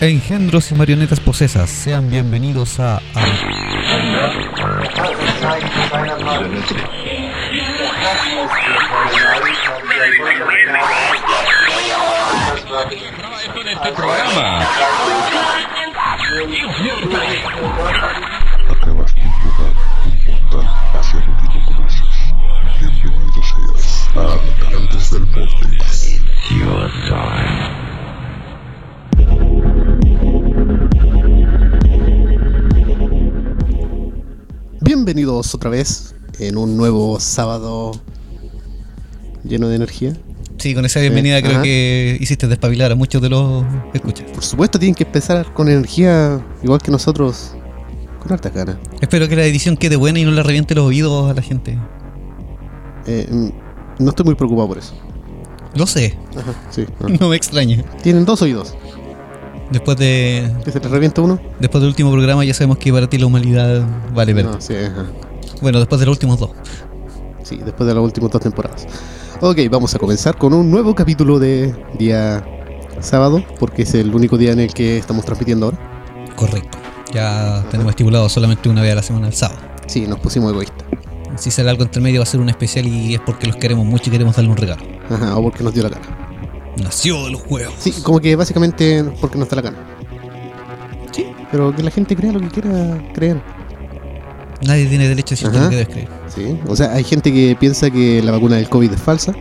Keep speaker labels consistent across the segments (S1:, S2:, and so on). S1: Engendros y marionetas posesas, sean bienvenidos a...
S2: en este programa.
S3: Acabas de llegar un portal hacia lo que no conoces. Bienvenido seas a Habitantes del Vortex.
S4: Bienvenidos otra vez en un nuevo sábado lleno de energía.
S1: Sí, con esa bienvenida
S4: Eh,
S1: creo
S4: ajá.
S1: que hiciste despabilar a muchos de los escuchas.
S4: Por supuesto tienen que empezar con energía igual que nosotros, con hartas ganas.
S1: Espero que la edición quede buena y no le reviente los oídos a la gente.
S4: Eh, mm, no estoy muy preocupado por eso.
S1: Lo sé,
S4: Ajá, sí. ah.
S1: no me extraña.
S4: Tienen dos oídos.
S1: Después de
S4: ¿Que se les revienta uno?
S1: después del último programa ya sabemos que para ti la humanidad vale ver.
S4: No, sí, ajá.
S1: Bueno, después de los últimos dos.
S4: Sí, después de las últimas dos temporadas. Ok, vamos a comenzar con un nuevo capítulo de día sábado, porque es el único día en el que estamos transmitiendo ahora.
S1: Correcto. Ya tenemos estipulado solamente una vez a la semana el sábado.
S4: Sí, nos pusimos egoístas.
S1: Si sale algo entre medio va a ser un especial y es porque los queremos mucho y queremos darle un regalo.
S4: Ajá, o porque nos dio la gana.
S1: Nació de los juegos.
S4: Sí, como que básicamente porque nos da la gana.
S1: Sí.
S4: Pero que la gente crea lo que quiera creer.
S1: Nadie tiene derecho a decirte
S4: Ajá.
S1: lo que debes creer.
S4: Sí, o sea, hay gente que piensa que la vacuna del COVID es falsa.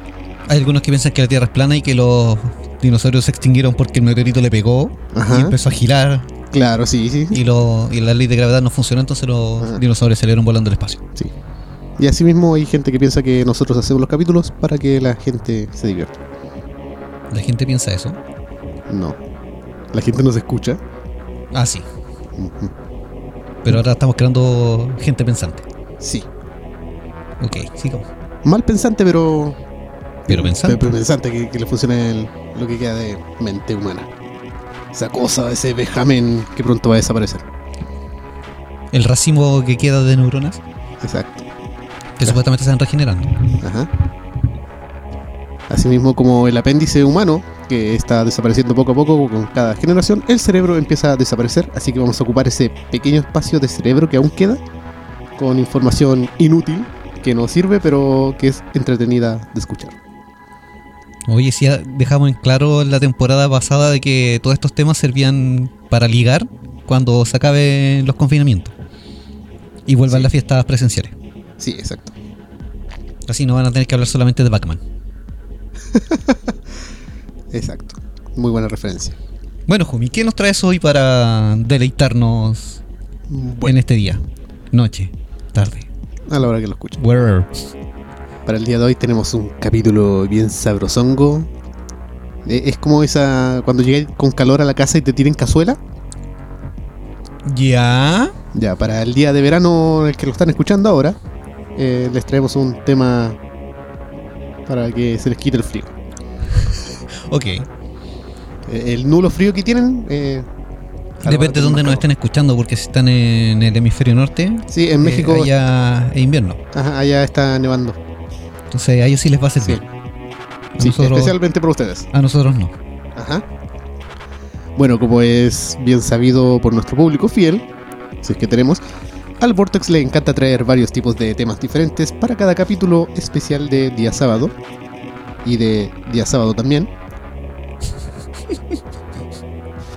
S1: Hay algunos que piensan que la Tierra es plana y que los dinosaurios se extinguieron porque el meteorito le pegó
S4: Ajá.
S1: y empezó a girar
S4: Claro, sí, sí, sí.
S1: y, lo- y la ley de gravedad no funcionó, entonces los
S4: Ajá.
S1: dinosaurios salieron volando al espacio.
S4: sí. Y asimismo hay gente que piensa que nosotros hacemos los capítulos para que la gente se divierta.
S1: La gente piensa eso.
S4: No. La gente nos escucha.
S1: Ah, sí.
S4: Ujú.
S1: Pero ahora estamos creando gente pensante.
S4: Sí.
S1: Ok, sigamos.
S4: Mal pensante, pero...
S1: Pero pensante.
S4: Pero pensante, que, que le funciona el- lo que queda de mente humana. Esa cosa, ese vejamen que pronto va a desaparecer.
S1: El racimo que queda de neuronas
S4: Exacto.
S1: que supuestamente se van regenerando.
S4: Ajá. Asimismo, como el apéndice humano, que está desapareciendo poco a poco con cada generación, el cerebro empieza a desaparecer, así que vamos a ocupar ese pequeño espacio de cerebro que aún queda con información inútil que no sirve, pero que es entretenida de escuchar.
S1: Oye, si ya dejamos en claro en la temporada pasada de que todos estos temas servían para ligar cuando se acaben los confinamientos y vuelvan
S4: Sí.
S1: las fiestas presenciales.
S4: Sí, exacto.
S1: Así no van a tener que hablar solamente de Pac-Man.
S4: Exacto. Muy buena referencia.
S1: Bueno, Jumi, ¿qué nos traes hoy para deleitarnos en este día? Noche, tarde.
S4: A la hora que lo escuchen.
S1: Where?
S4: Para el día de hoy tenemos un capítulo bien sabrosongo. Eh, Es como esa. cuando llegáis con calor a la casa y te tiren cazuela.
S1: Ya.
S4: Ya, para el día de verano, el que lo están escuchando ahora, eh, les traemos un tema para que se les quite el frío.
S1: Ok.
S4: Eh, el nulo frío que tienen. eh, ahora va a
S1: Depende de dónde
S4: tener más
S1: nos
S4: calor.
S1: estén escuchando, porque si están en el hemisferio norte,
S4: Sí, en México.
S1: eh, allá es invierno.
S4: ajá, allá está nevando.
S1: Entonces a ellos sí les va a servir.
S4: Sí.
S1: A,
S4: Sí,
S1: nosotros,
S4: especialmente para ustedes.
S1: a nosotros no.
S4: Ajá. Bueno, como es bien sabido por nuestro público fiel, si es que tenemos, al Vortex le encanta traer varios tipos de temas diferentes para cada capítulo especial de Día Sábado y de Día Sábado también.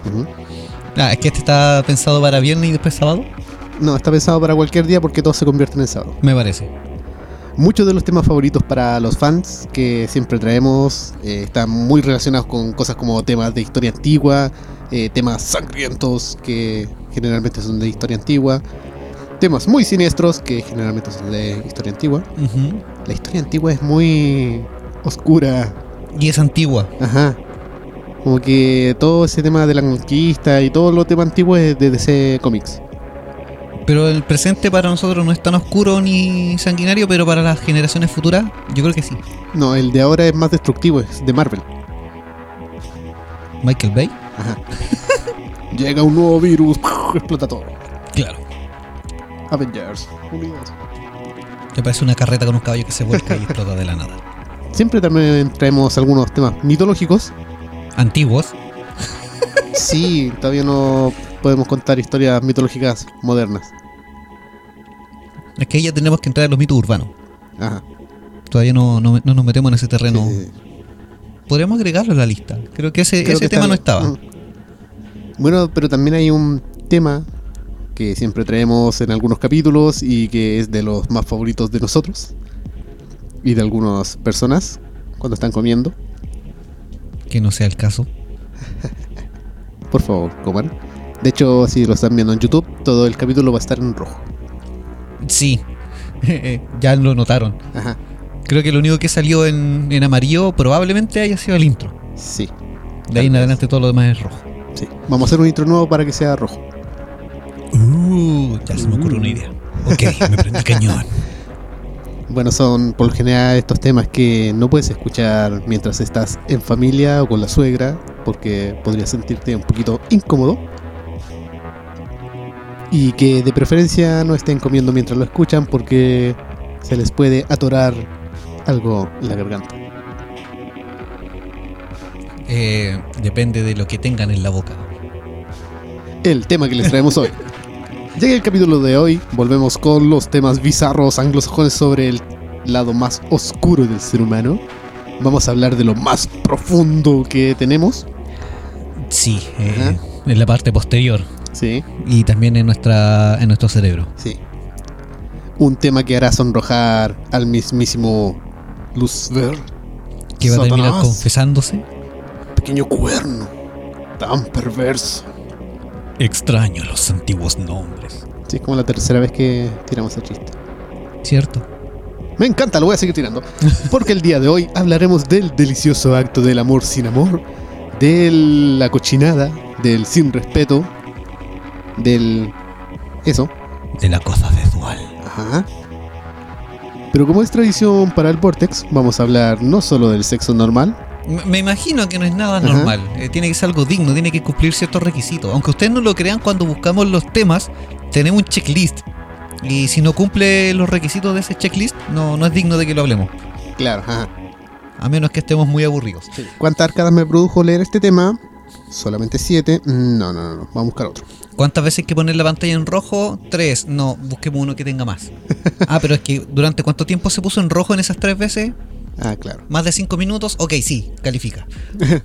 S4: Ujú.
S1: Ah, es que este está pensado para viernes y después sábado,
S4: No, está pensado para cualquier día porque todos se convierten en sábado.
S1: me parece.
S4: Muchos de los temas favoritos para los fans que siempre traemos eh, están muy relacionados con cosas como temas de historia antigua, eh, temas sangrientos que generalmente son de historia antigua, temas muy siniestros que generalmente son de historia antigua.
S1: Ujú.
S4: La historia antigua es muy oscura,
S1: Y es antigua.
S4: ajá. Como que todo ese tema de la conquista y todo lo tema antiguo es de DC Comics.
S1: Pero el presente para nosotros no es tan oscuro ni sanguinario, pero para las generaciones futuras, yo creo que sí.
S4: No, el de ahora es más destructivo, es de Marvel.
S1: Michael Bay.
S4: Llega un nuevo virus, explota todo.
S1: Claro.
S4: Avengers, unidos.
S1: Me parece una carreta con un caballo que se vuelca y explota de la nada.
S4: Siempre también traemos algunos temas mitológicos.
S1: Antiguos.
S4: Sí, todavía no podemos contar historias mitológicas modernas.
S1: Es que ahí ya tenemos que entrar en los mitos urbanos.
S4: Ajá.
S1: Todavía no, no- no nos metemos en ese terreno.
S4: Sí, sí.
S1: Podríamos agregarlo a la lista. Creo que ese,
S4: Creo
S1: ese
S4: que
S1: tema no
S4: está
S1: estaba.
S4: bien. Mm. Bueno, pero también hay un tema que siempre traemos en algunos capítulos y que es de los más favoritos de nosotros y de algunas personas cuando están comiendo.
S1: Que no sea el caso.
S4: Por favor, coman. De hecho, si lo están viendo en YouTube, todo el capítulo va a estar en rojo.
S1: Sí. Eh, ya lo notaron.
S4: Ajá,
S1: Creo que lo único que salió en, en amarillo probablemente haya sido el intro.
S4: sí,
S1: De ahí en adelante todo lo demás es rojo.
S4: sí. Vamos a hacer un intro nuevo para que sea rojo.
S1: Uh, ya se me ocurrió una idea.
S4: Uh.
S1: Ok, me prendí cañón.
S4: Bueno, son por lo general estos temas que no puedes escuchar mientras estás en familia o con la suegra, porque podrías sentirte un poquito incómodo. Y que de preferencia no estén comiendo mientras lo escuchan, porque se les puede atorar algo en la garganta.
S1: Eh, depende de lo que tengan en la boca.
S4: El tema que les traemos hoy. Llega el capítulo de hoy, volvemos con los temas bizarros anglosajones sobre el lado más oscuro del ser humano. Vamos a hablar de lo más profundo que tenemos,
S1: Sí, eh, en la parte posterior
S4: Sí,
S1: y también en nuestra en nuestro cerebro.
S4: sí. Un tema que hará sonrojar al mismísimo Lucifer.
S1: Que va a terminar
S4: Satanás.
S1: confesándose.
S4: Pequeño cuerno. Tan perverso.
S1: Extraño los antiguos nombres.
S4: Sí, es como la tercera vez que tiramos el chiste.
S1: Cierto.
S4: Me encanta, lo voy a seguir tirando. Porque el día de hoy hablaremos del delicioso acto del amor sin amor, de la cochinada, del sin respeto, del... Eso.
S1: De la cosa sexual.
S4: Ajá. Pero como es tradición para el Vortex, vamos a hablar no solo del sexo normal,
S1: Me me imagino que no es nada
S4: Ajá.
S1: normal. Eh, tiene que ser algo digno, tiene que cumplir ciertos requisitos. Aunque ustedes no lo crean, cuando buscamos los temas, tenemos un checklist. Y si no cumple los requisitos de ese checklist, no, no es digno de que lo hablemos.
S4: Claro, ajá.
S1: A menos que estemos muy aburridos.
S4: ¿Cuántas arcadas me produjo leer este tema? Solamente siete. Mm, No, no, no, no. Vamos a buscar otro.
S1: ¿Cuántas veces hay que poner la pantalla en rojo? Tres. No, busquemos uno que tenga más. Ah, pero es que durante cuánto tiempo se puso en rojo en esas tres veces?
S4: Ah, claro.
S1: ¿Más de cinco minutos? Ok, sí, califica.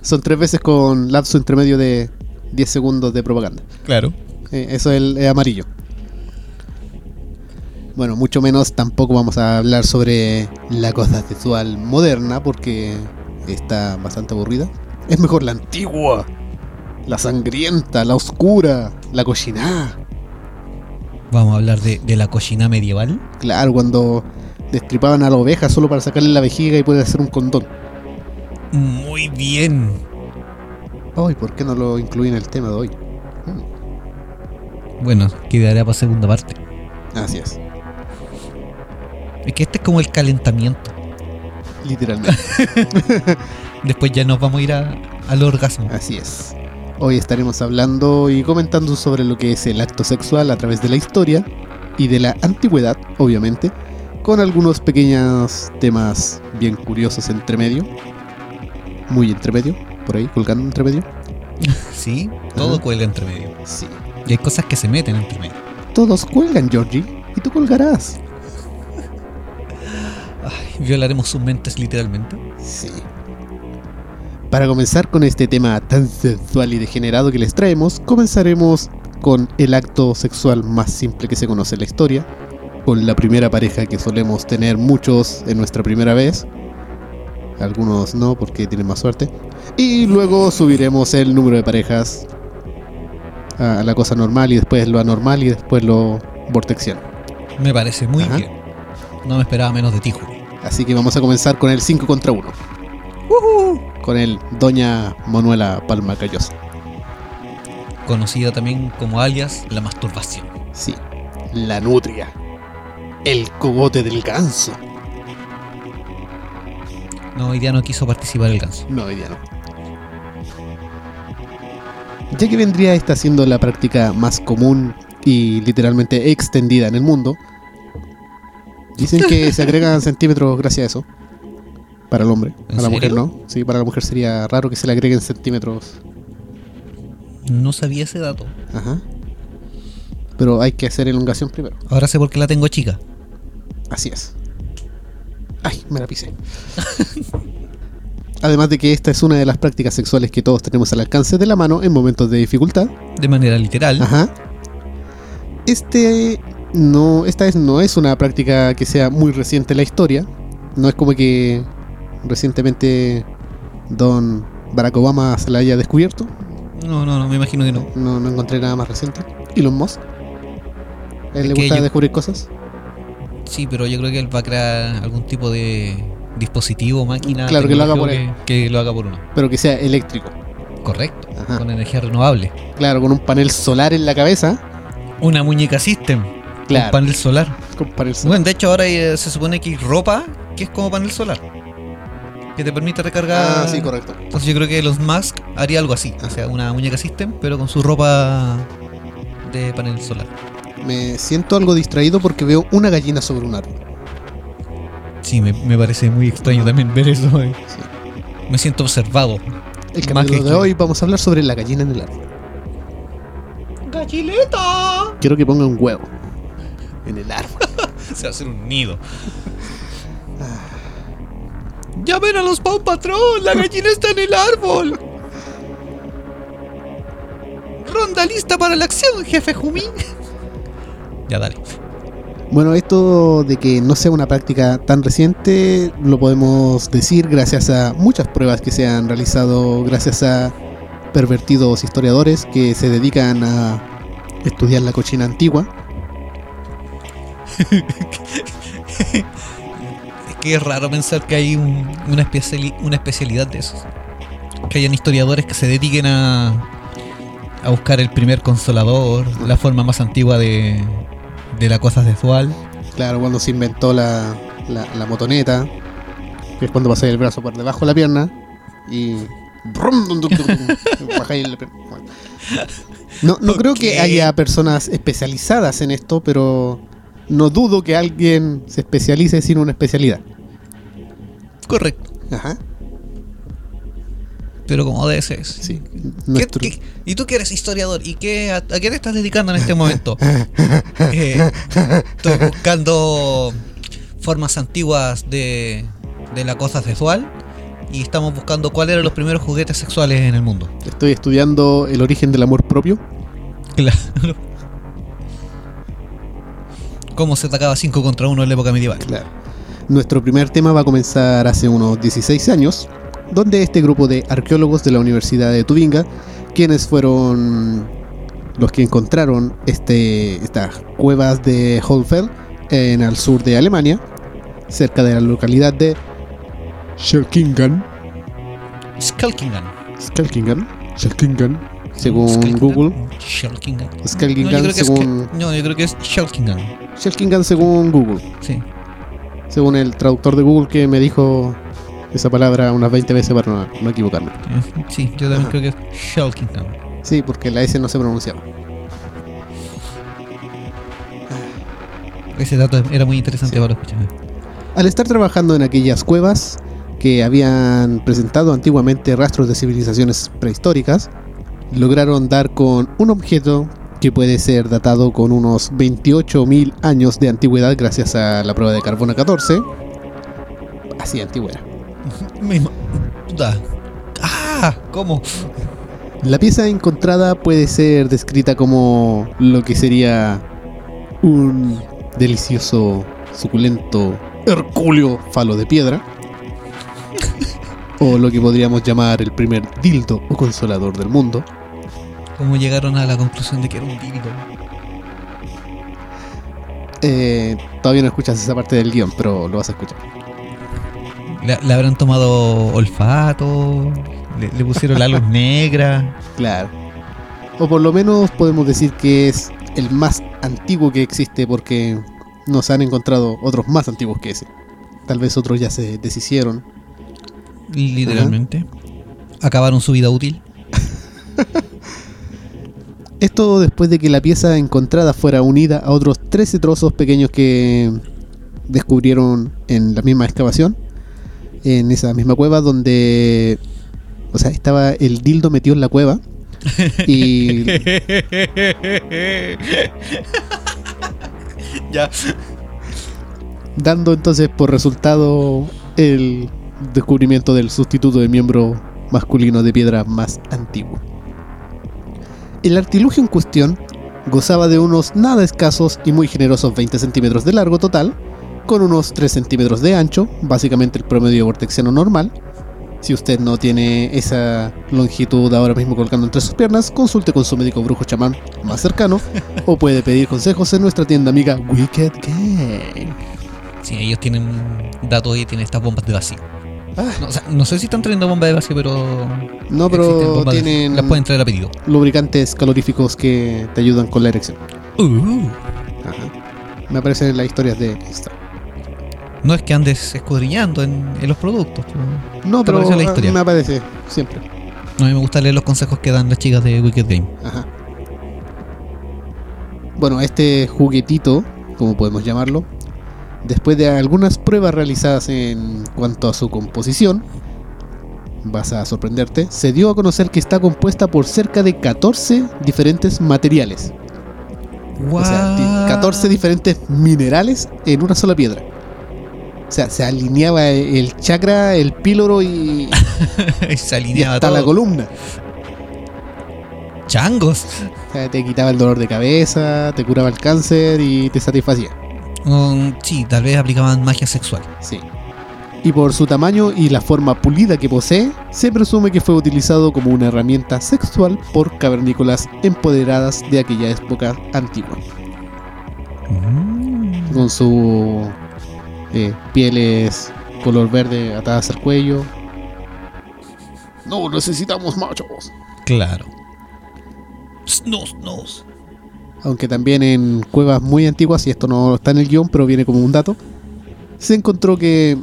S4: Son tres veces con lapso entre medio de 10 segundos de propaganda.
S1: Claro.
S4: Eh, eso es, el, es amarillo. Bueno, mucho menos tampoco vamos a hablar sobre la cosa sexual moderna porque está bastante aburrida. Es mejor la antigua, la sangrienta, la oscura, la cochinada.
S1: Vamos a hablar de, de la cocina medieval.
S4: Claro, cuando destripaban a la oveja solo para sacarle la vejiga y poder hacer un condón.
S1: Muy bien.
S4: Ay, ¿por qué no lo incluí en el tema de hoy?
S1: Bueno, quedará para segunda parte.
S4: Así es,
S1: Es que este es como el calentamiento.
S4: literalmente,
S1: Después ya nos vamos a ir a- al orgasmo.
S4: así es. Hoy estaremos hablando y comentando sobre lo que es el acto sexual a través de la historia y de la antigüedad, obviamente, con algunos pequeños temas bien curiosos entre medio, muy entre medio, por ahí, colgando entre medio.
S1: Sí, todo
S4: Ajá.
S1: cuelga entre medio.
S4: Sí,
S1: Y hay cosas que se meten entre medio.
S4: todos cuelgan, Georgie, y tú colgarás.
S1: Ay, violaremos sus mentes literalmente.
S4: Sí. Para comenzar con este tema tan sensual y degenerado que les traemos, comenzaremos con el acto sexual más simple que se conoce en la historia, con la primera pareja que solemos tener muchos en nuestra primera vez, algunos no porque tienen más suerte, y luego subiremos el número de parejas a la cosa normal y después lo anormal y después lo vortexiano.
S1: Me parece muy
S4: Ajá.
S1: bien. No me esperaba menos de ti, Julio.
S4: Así que vamos a comenzar con el 5 contra 1. Con el Doña Manuela Palma Callosa.
S1: Conocida también como alias la masturbación.
S4: Sí. La nutria. El cogote del ganso.
S1: No, hoy día no quiso participar el ganso.
S4: No, hoy día no. Ya que vendría esta siendo la práctica más común y literalmente extendida en el mundo, dicen que se agregan centímetros gracias a eso. Para el hombre, a
S1: ¿En
S4: la mujer
S1: serio?
S4: no. Sí, para la mujer sería raro que se le agreguen centímetros.
S1: No sabía ese dato.
S4: Ajá. Pero hay que hacer elongación primero.
S1: Ahora sé por qué la tengo chica.
S4: Así es. Ay, me la pisé. Además de que esta es una de las prácticas sexuales que todos tenemos al alcance de la mano en momentos de dificultad.
S1: De manera literal.
S4: Ajá. Este no, esta es, no es una práctica que sea muy reciente en la historia. No es como que recientemente Don Barack Obama se la haya descubierto.
S1: No, no, no, me imagino que no.
S4: No, no encontré nada más reciente. Elon Musk. A él le
S1: Es que
S4: gusta
S1: yo-
S4: descubrir cosas.
S1: Sí, pero yo creo que él va a crear algún tipo de dispositivo, máquina.
S4: Claro, que lo haga por
S1: tecnológico Que, que lo haga por uno.
S4: pero que sea eléctrico.
S1: Correcto.
S4: Ajá.
S1: Con energía renovable.
S4: Claro, con un panel solar en la cabeza.
S1: Una muñeca system.
S4: Claro,
S1: Un panel solar.
S4: con panel solar.
S1: Bueno, de hecho ahora eh, se supone que hay ropa que es como panel solar. Que te permite recargar.
S4: Ah, sí, correcto. Ah.
S1: Entonces yo creo que los Musk haría algo así. O sea, una muñeca system, pero con su ropa de panel solar.
S4: Me siento algo distraído porque veo una gallina sobre un árbol.
S1: Sí, me, me parece muy extraño también ver eso. eh.
S4: Sí.
S1: Me siento observado.
S4: El
S1: Más que
S4: capítulo de
S1: claro.
S4: hoy vamos a hablar sobre la gallina en el árbol.
S1: ¡Gachileta!
S4: Quiero que ponga un huevo en el árbol.
S1: Se va a hacer un nido. ¡Llamen a los Pau Patrón! ¡La gallina está en el árbol! ¡Ronda lista para la acción, jefe Jumín! Ya dale.
S4: Bueno, esto de que no sea una práctica tan reciente lo podemos decir gracias a muchas pruebas que se han realizado, gracias a pervertidos historiadores que se dedican a estudiar la cochina antigua.
S1: Es que es raro pensar que hay un- una, especiali- una especialidad de esos. Que hayan historiadores que se dediquen a, a buscar el primer consolador, la forma más antigua de, de la cosa sexual.
S4: Claro, cuando se inventó la, la, la motoneta, que es cuando pasáis el brazo por debajo de la pierna y. brum, dum, dum, dum, dum, bajáis la pierna. Bueno. No, no creo que
S1: Ok.
S4: haya personas especializadas en esto, pero no dudo que alguien se especialice sin una especialidad.
S1: Correcto.
S4: Ajá,
S1: Pero como debe ser.
S4: sí.
S1: ¿Qué-
S4: Nuestro-
S1: qué- y tú que eres historiador, ¿y qué, a, a qué te estás dedicando en este momento? Eh, estoy buscando formas antiguas de, de la cosa sexual y estamos buscando cuáles eran los primeros juguetes sexuales en el mundo.
S4: Estoy estudiando el origen del amor propio.
S1: Claro. ¿Cómo se atacaba 5 contra 1 en la época medieval?
S4: Claro. Nuestro primer tema va a comenzar hace unos 16 años, donde este grupo de arqueólogos de la Universidad de Tubinga, quienes fueron los que encontraron este, estas cuevas de Holfeld en el sur de Alemania, cerca de la localidad de Schelkingen,
S1: Skalkingan.
S4: Schelkingen, Schelkingen, según
S1: Skalkingan.
S4: Google,
S1: Skalkingan. No, yo
S4: Schelkingen
S1: creo que es
S4: según
S1: que- no, yo creo que es Skalkingan.
S4: Schelkingen según Google,
S1: Sí.
S4: según el traductor de Google que me dijo esa palabra unas 20 veces para no- no equivocarme.
S1: Eh, Sí, yo también creo que es Skalkingan.
S4: Sí, porque la S no se pronunciaba.
S1: Ese dato era muy interesante
S4: Sí.
S1: para escuchar.
S4: Al estar trabajando en aquellas cuevas que habían presentado antiguamente rastros de civilizaciones prehistóricas, lograron dar con un objeto que puede ser datado con unos 28.000 años de antigüedad gracias a la prueba de carbono 14. Así de antigüedad.
S1: Mi ma- puta. ¡Ah! ¿Cómo?
S4: La pieza encontrada puede ser descrita como lo que sería un delicioso, suculento, hercúleo falo de piedra. o lo que podríamos llamar el primer dildo o consolador del mundo.
S1: ¿Cómo llegaron a la conclusión de que era un lírico?
S4: Eh, todavía no escuchas esa parte del guión, pero lo vas a escuchar.
S1: ¿Le, le habrán tomado olfato? ¿Le, le pusieron la luz negra?
S4: Claro. O por lo menos podemos decir que es el más antiguo que existe porque nos han encontrado otros más antiguos que ese. Tal vez otros ya se deshicieron.
S1: Literalmente. ¿Acabaron su vida útil?
S4: Esto después de que la pieza encontrada fuera unida a otros 13 trozos pequeños que descubrieron en la misma excavación, en esa misma cueva donde, o sea, estaba el dildo metido en la cueva Y
S1: ya.
S4: dando entonces por resultado el descubrimiento del sustituto de miembro masculino de piedra más antiguo. El artilugio en cuestión gozaba de unos nada escasos y muy generosos 20 centímetros de largo total, con unos 3 centímetros de ancho, básicamente el promedio vortexiano normal. Si usted no tiene esa longitud ahora mismo colgando entre sus piernas, consulte con su médico brujo chamán más cercano o puede pedir consejos en nuestra tienda amiga Wicked Game.
S1: Sí, ellos tienen datos y tienen estas bombas de vacío.
S4: Ah.
S1: No, o sea, no sé si están trayendo bombas de vacío, pero.
S4: No,
S1: existen
S4: pero
S1: bombas de-
S4: tienen
S1: Las pueden traer a pedido.
S4: lubricantes caloríficos que te ayudan con la erección.
S1: Uh,
S4: Me aparecen en las historias de Insta.
S1: no es que andes escudriñando en, en los productos. pero-
S4: No,
S1: Te
S4: pero
S1: aparece en la
S4: ah,
S1: historia.
S4: me aparece siempre.
S1: No, a mí me gusta leer los consejos que dan las chicas de Wicked Game.
S4: Ajá. Bueno, este juguetito, como podemos llamarlo, después de algunas pruebas realizadas en cuanto a su composición, vas a sorprenderte, se dio a conocer que está compuesta por cerca de 14 diferentes materiales. O sea, di- 14 diferentes minerales en una sola piedra. O sea, se alineaba el chakra, el píloro y,
S1: Se
S4: y
S1: alineaba
S4: hasta la
S1: todo.
S4: columna.
S1: Changos.
S4: O sea, te quitaba el dolor de cabeza, te curaba el cáncer y te satisfacía.
S1: Mm, sí, tal vez aplicaban magia sexual.
S4: Sí. Y por su tamaño y la forma pulida que posee, se presume que fue utilizado como una herramienta sexual por cavernícolas empoderadas de aquella época antigua.
S1: Mm.
S4: Con su eh, pieles color verde atadas al cuello. No, necesitamos machos.
S1: Claro. Snus, snus.
S4: aunque también en cuevas muy antiguas, y esto no está en el guión, pero viene como un dato, se encontró que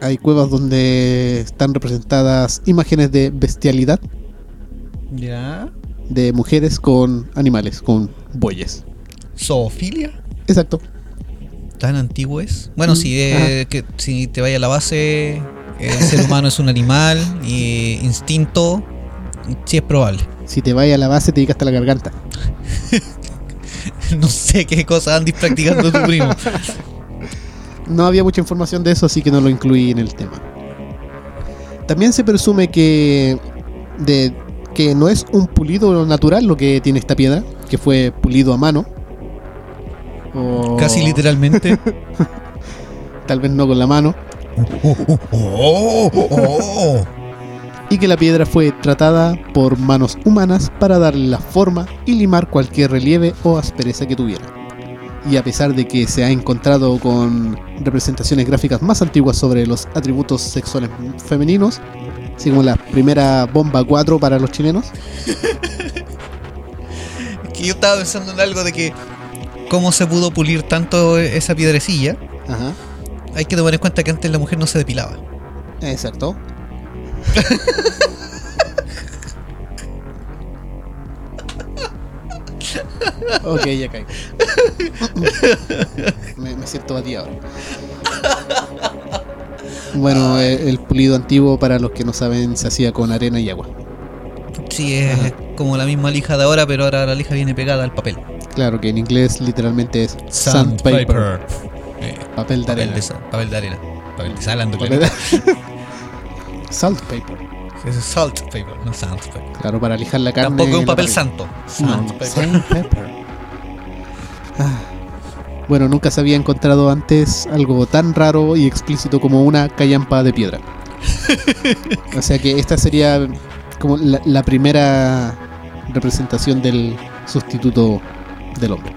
S4: hay cuevas donde están representadas imágenes de bestialidad
S1: Ya.
S4: de mujeres con animales, con bueyes.
S1: Zoofilia.
S4: Exacto.
S1: Tan antiguo es. Bueno,
S4: Mm,
S1: si, eh, que, si te vaya a la base, eh, el ser humano es un animal y eh, instinto, sí es probable.
S4: Si te vayas a la base, te llega hasta la garganta.
S1: No sé qué cosas andes practicando tu primo.
S4: No había mucha información de eso, así que no lo incluí en el tema. También se presume que, de, que no es un pulido natural lo que tiene esta piedra, que fue pulido a mano. O-
S1: Casi literalmente.
S4: tal vez no con la mano,
S1: Oh, oh.
S4: y que la piedra fue tratada por manos humanas para darle la forma y limar cualquier relieve o aspereza que tuviera. Y a pesar de que se ha encontrado con representaciones gráficas más antiguas sobre los atributos sexuales femeninos, así como la primera bomba 4 para los chilenos,
S1: oh. Que yo estaba pensando en algo de que cómo se pudo pulir tanto esa piedrecilla.
S4: ajá,
S1: Hay que tomar en cuenta que antes la mujer no se depilaba.
S4: exacto, ok, ya caigo. me, me siento batido ahora. Bueno, el, el pulido antiguo, para los que no saben, se hacía con arena y agua.
S1: Sí, es como la misma lija de ahora, pero ahora la lija viene pegada al papel.
S4: Claro que en inglés literalmente es sandpaper,
S1: Eh,
S4: papel de
S1: papel,
S4: arena.
S1: de, sa- papel de arena. Papel de salando,
S4: Papel de- Salt paper.
S1: Es salt paper, no sand paper.
S4: Claro, para lijar la carne.
S1: Tampoco es un
S4: en la
S1: papel
S4: parrilla.
S1: santo.
S4: No,
S1: Sand paper.
S4: sandpaper. Ah. Bueno, nunca se había encontrado antes algo tan raro y explícito como una callampa de piedra. o sea que esta sería como la, la primera representación del sustituto del hombre.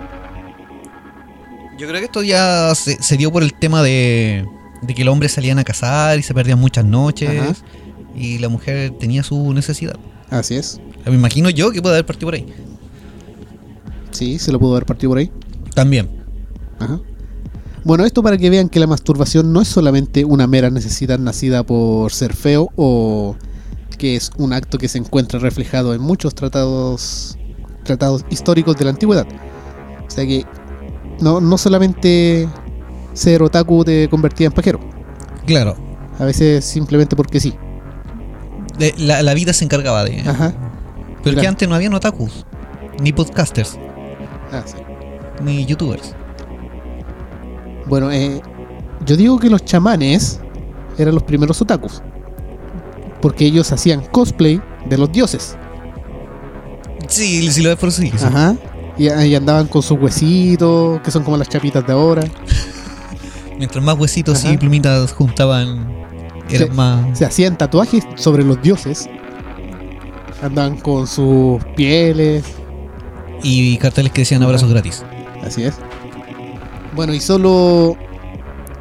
S1: Yo creo que esto ya se, se dio por el tema de, de que los hombres salían a cazar y se perdían muchas noches.
S4: Ajá.
S1: Y la mujer tenía su necesidad.
S4: Así es.
S1: Me imagino yo que puede haber partido por ahí.
S4: Sí, se lo pudo haber partido por ahí.
S1: También.
S4: Ajá. Bueno, esto para que vean que la masturbación no es solamente una mera necesidad nacida por ser feo o que es un acto que se encuentra reflejado en muchos tratados tratados históricos de la antigüedad. O sea que no, no solamente ser otaku te convertía en pajero,
S1: Claro.
S4: a veces simplemente porque sí.
S1: de- la, la vida se encargaba de...
S4: Ajá.
S1: Pero que
S4: Claro.
S1: antes no había otakus, ni podcasters,
S4: Ah, sí.
S1: ni youtubers.
S4: Bueno, eh, yo digo que los chamanes eran los primeros otakus. Porque ellos hacían cosplay de los dioses.
S1: Sí, si lo ves por sí. sí.
S4: Ajá. Y, y andaban con sus huesitos, que son como las chapitas de ahora.
S1: Mientras más huesitos y
S4: Ajá.
S1: plumitas juntaban, eran
S4: Sí.
S1: más.
S4: Se hacían tatuajes sobre los dioses. Andaban con sus pieles.
S1: Y carteles que decían abrazos gratis.
S4: Así es. Bueno, y solo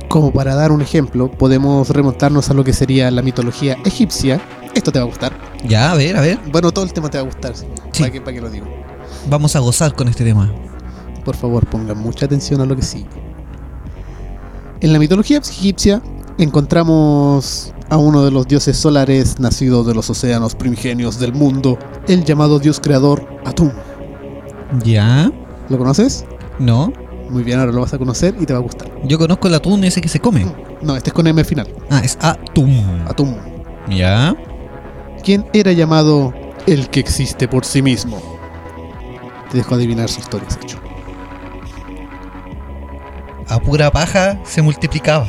S4: como para dar un ejemplo, podemos remontarnos a lo que sería la mitología egipcia. Esto te va a gustar.
S1: Ya, a ver, a ver.
S4: Bueno, todo el tema te va a gustar.
S1: Sí.
S4: ¿Para, qué, para qué lo digo?
S1: Vamos a gozar con este tema.
S4: Por favor, pongan mucha atención a lo que sigue. En la mitología egipcia encontramos a uno de los dioses solares nacido de los océanos primigenios del mundo, el llamado dios creador Atum.
S1: Ya.
S4: ¿Lo conoces?
S1: No.
S4: Muy bien, ahora lo vas a conocer y te va a gustar.
S1: Yo conozco el atún ese que se come.
S4: No, este es con M final,
S1: Ah, es atún.
S4: Atum,
S1: Ya.
S4: quien era llamado el que existe por sí mismo. Te dejo adivinar su historia, Sacho.
S1: A pura paja se multiplicaba.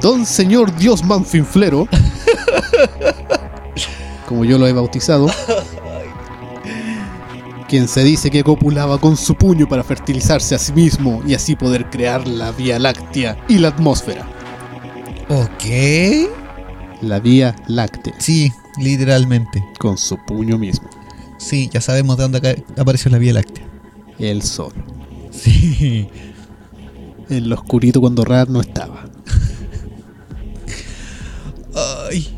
S4: Don Señor Dios Manfinflero, como yo lo he bautizado, quien se dice que copulaba con su puño para fertilizarse a sí mismo y así poder crear la Vía Láctea y la atmósfera.
S1: Ok.
S4: La Vía Láctea,
S1: Sí, literalmente.
S4: con su puño mismo,
S1: Sí, ya sabemos de dónde aca- apareció la Vía Láctea.
S4: el sol,
S1: Sí.
S4: en lo oscurito cuando Rad no estaba.
S1: Ay.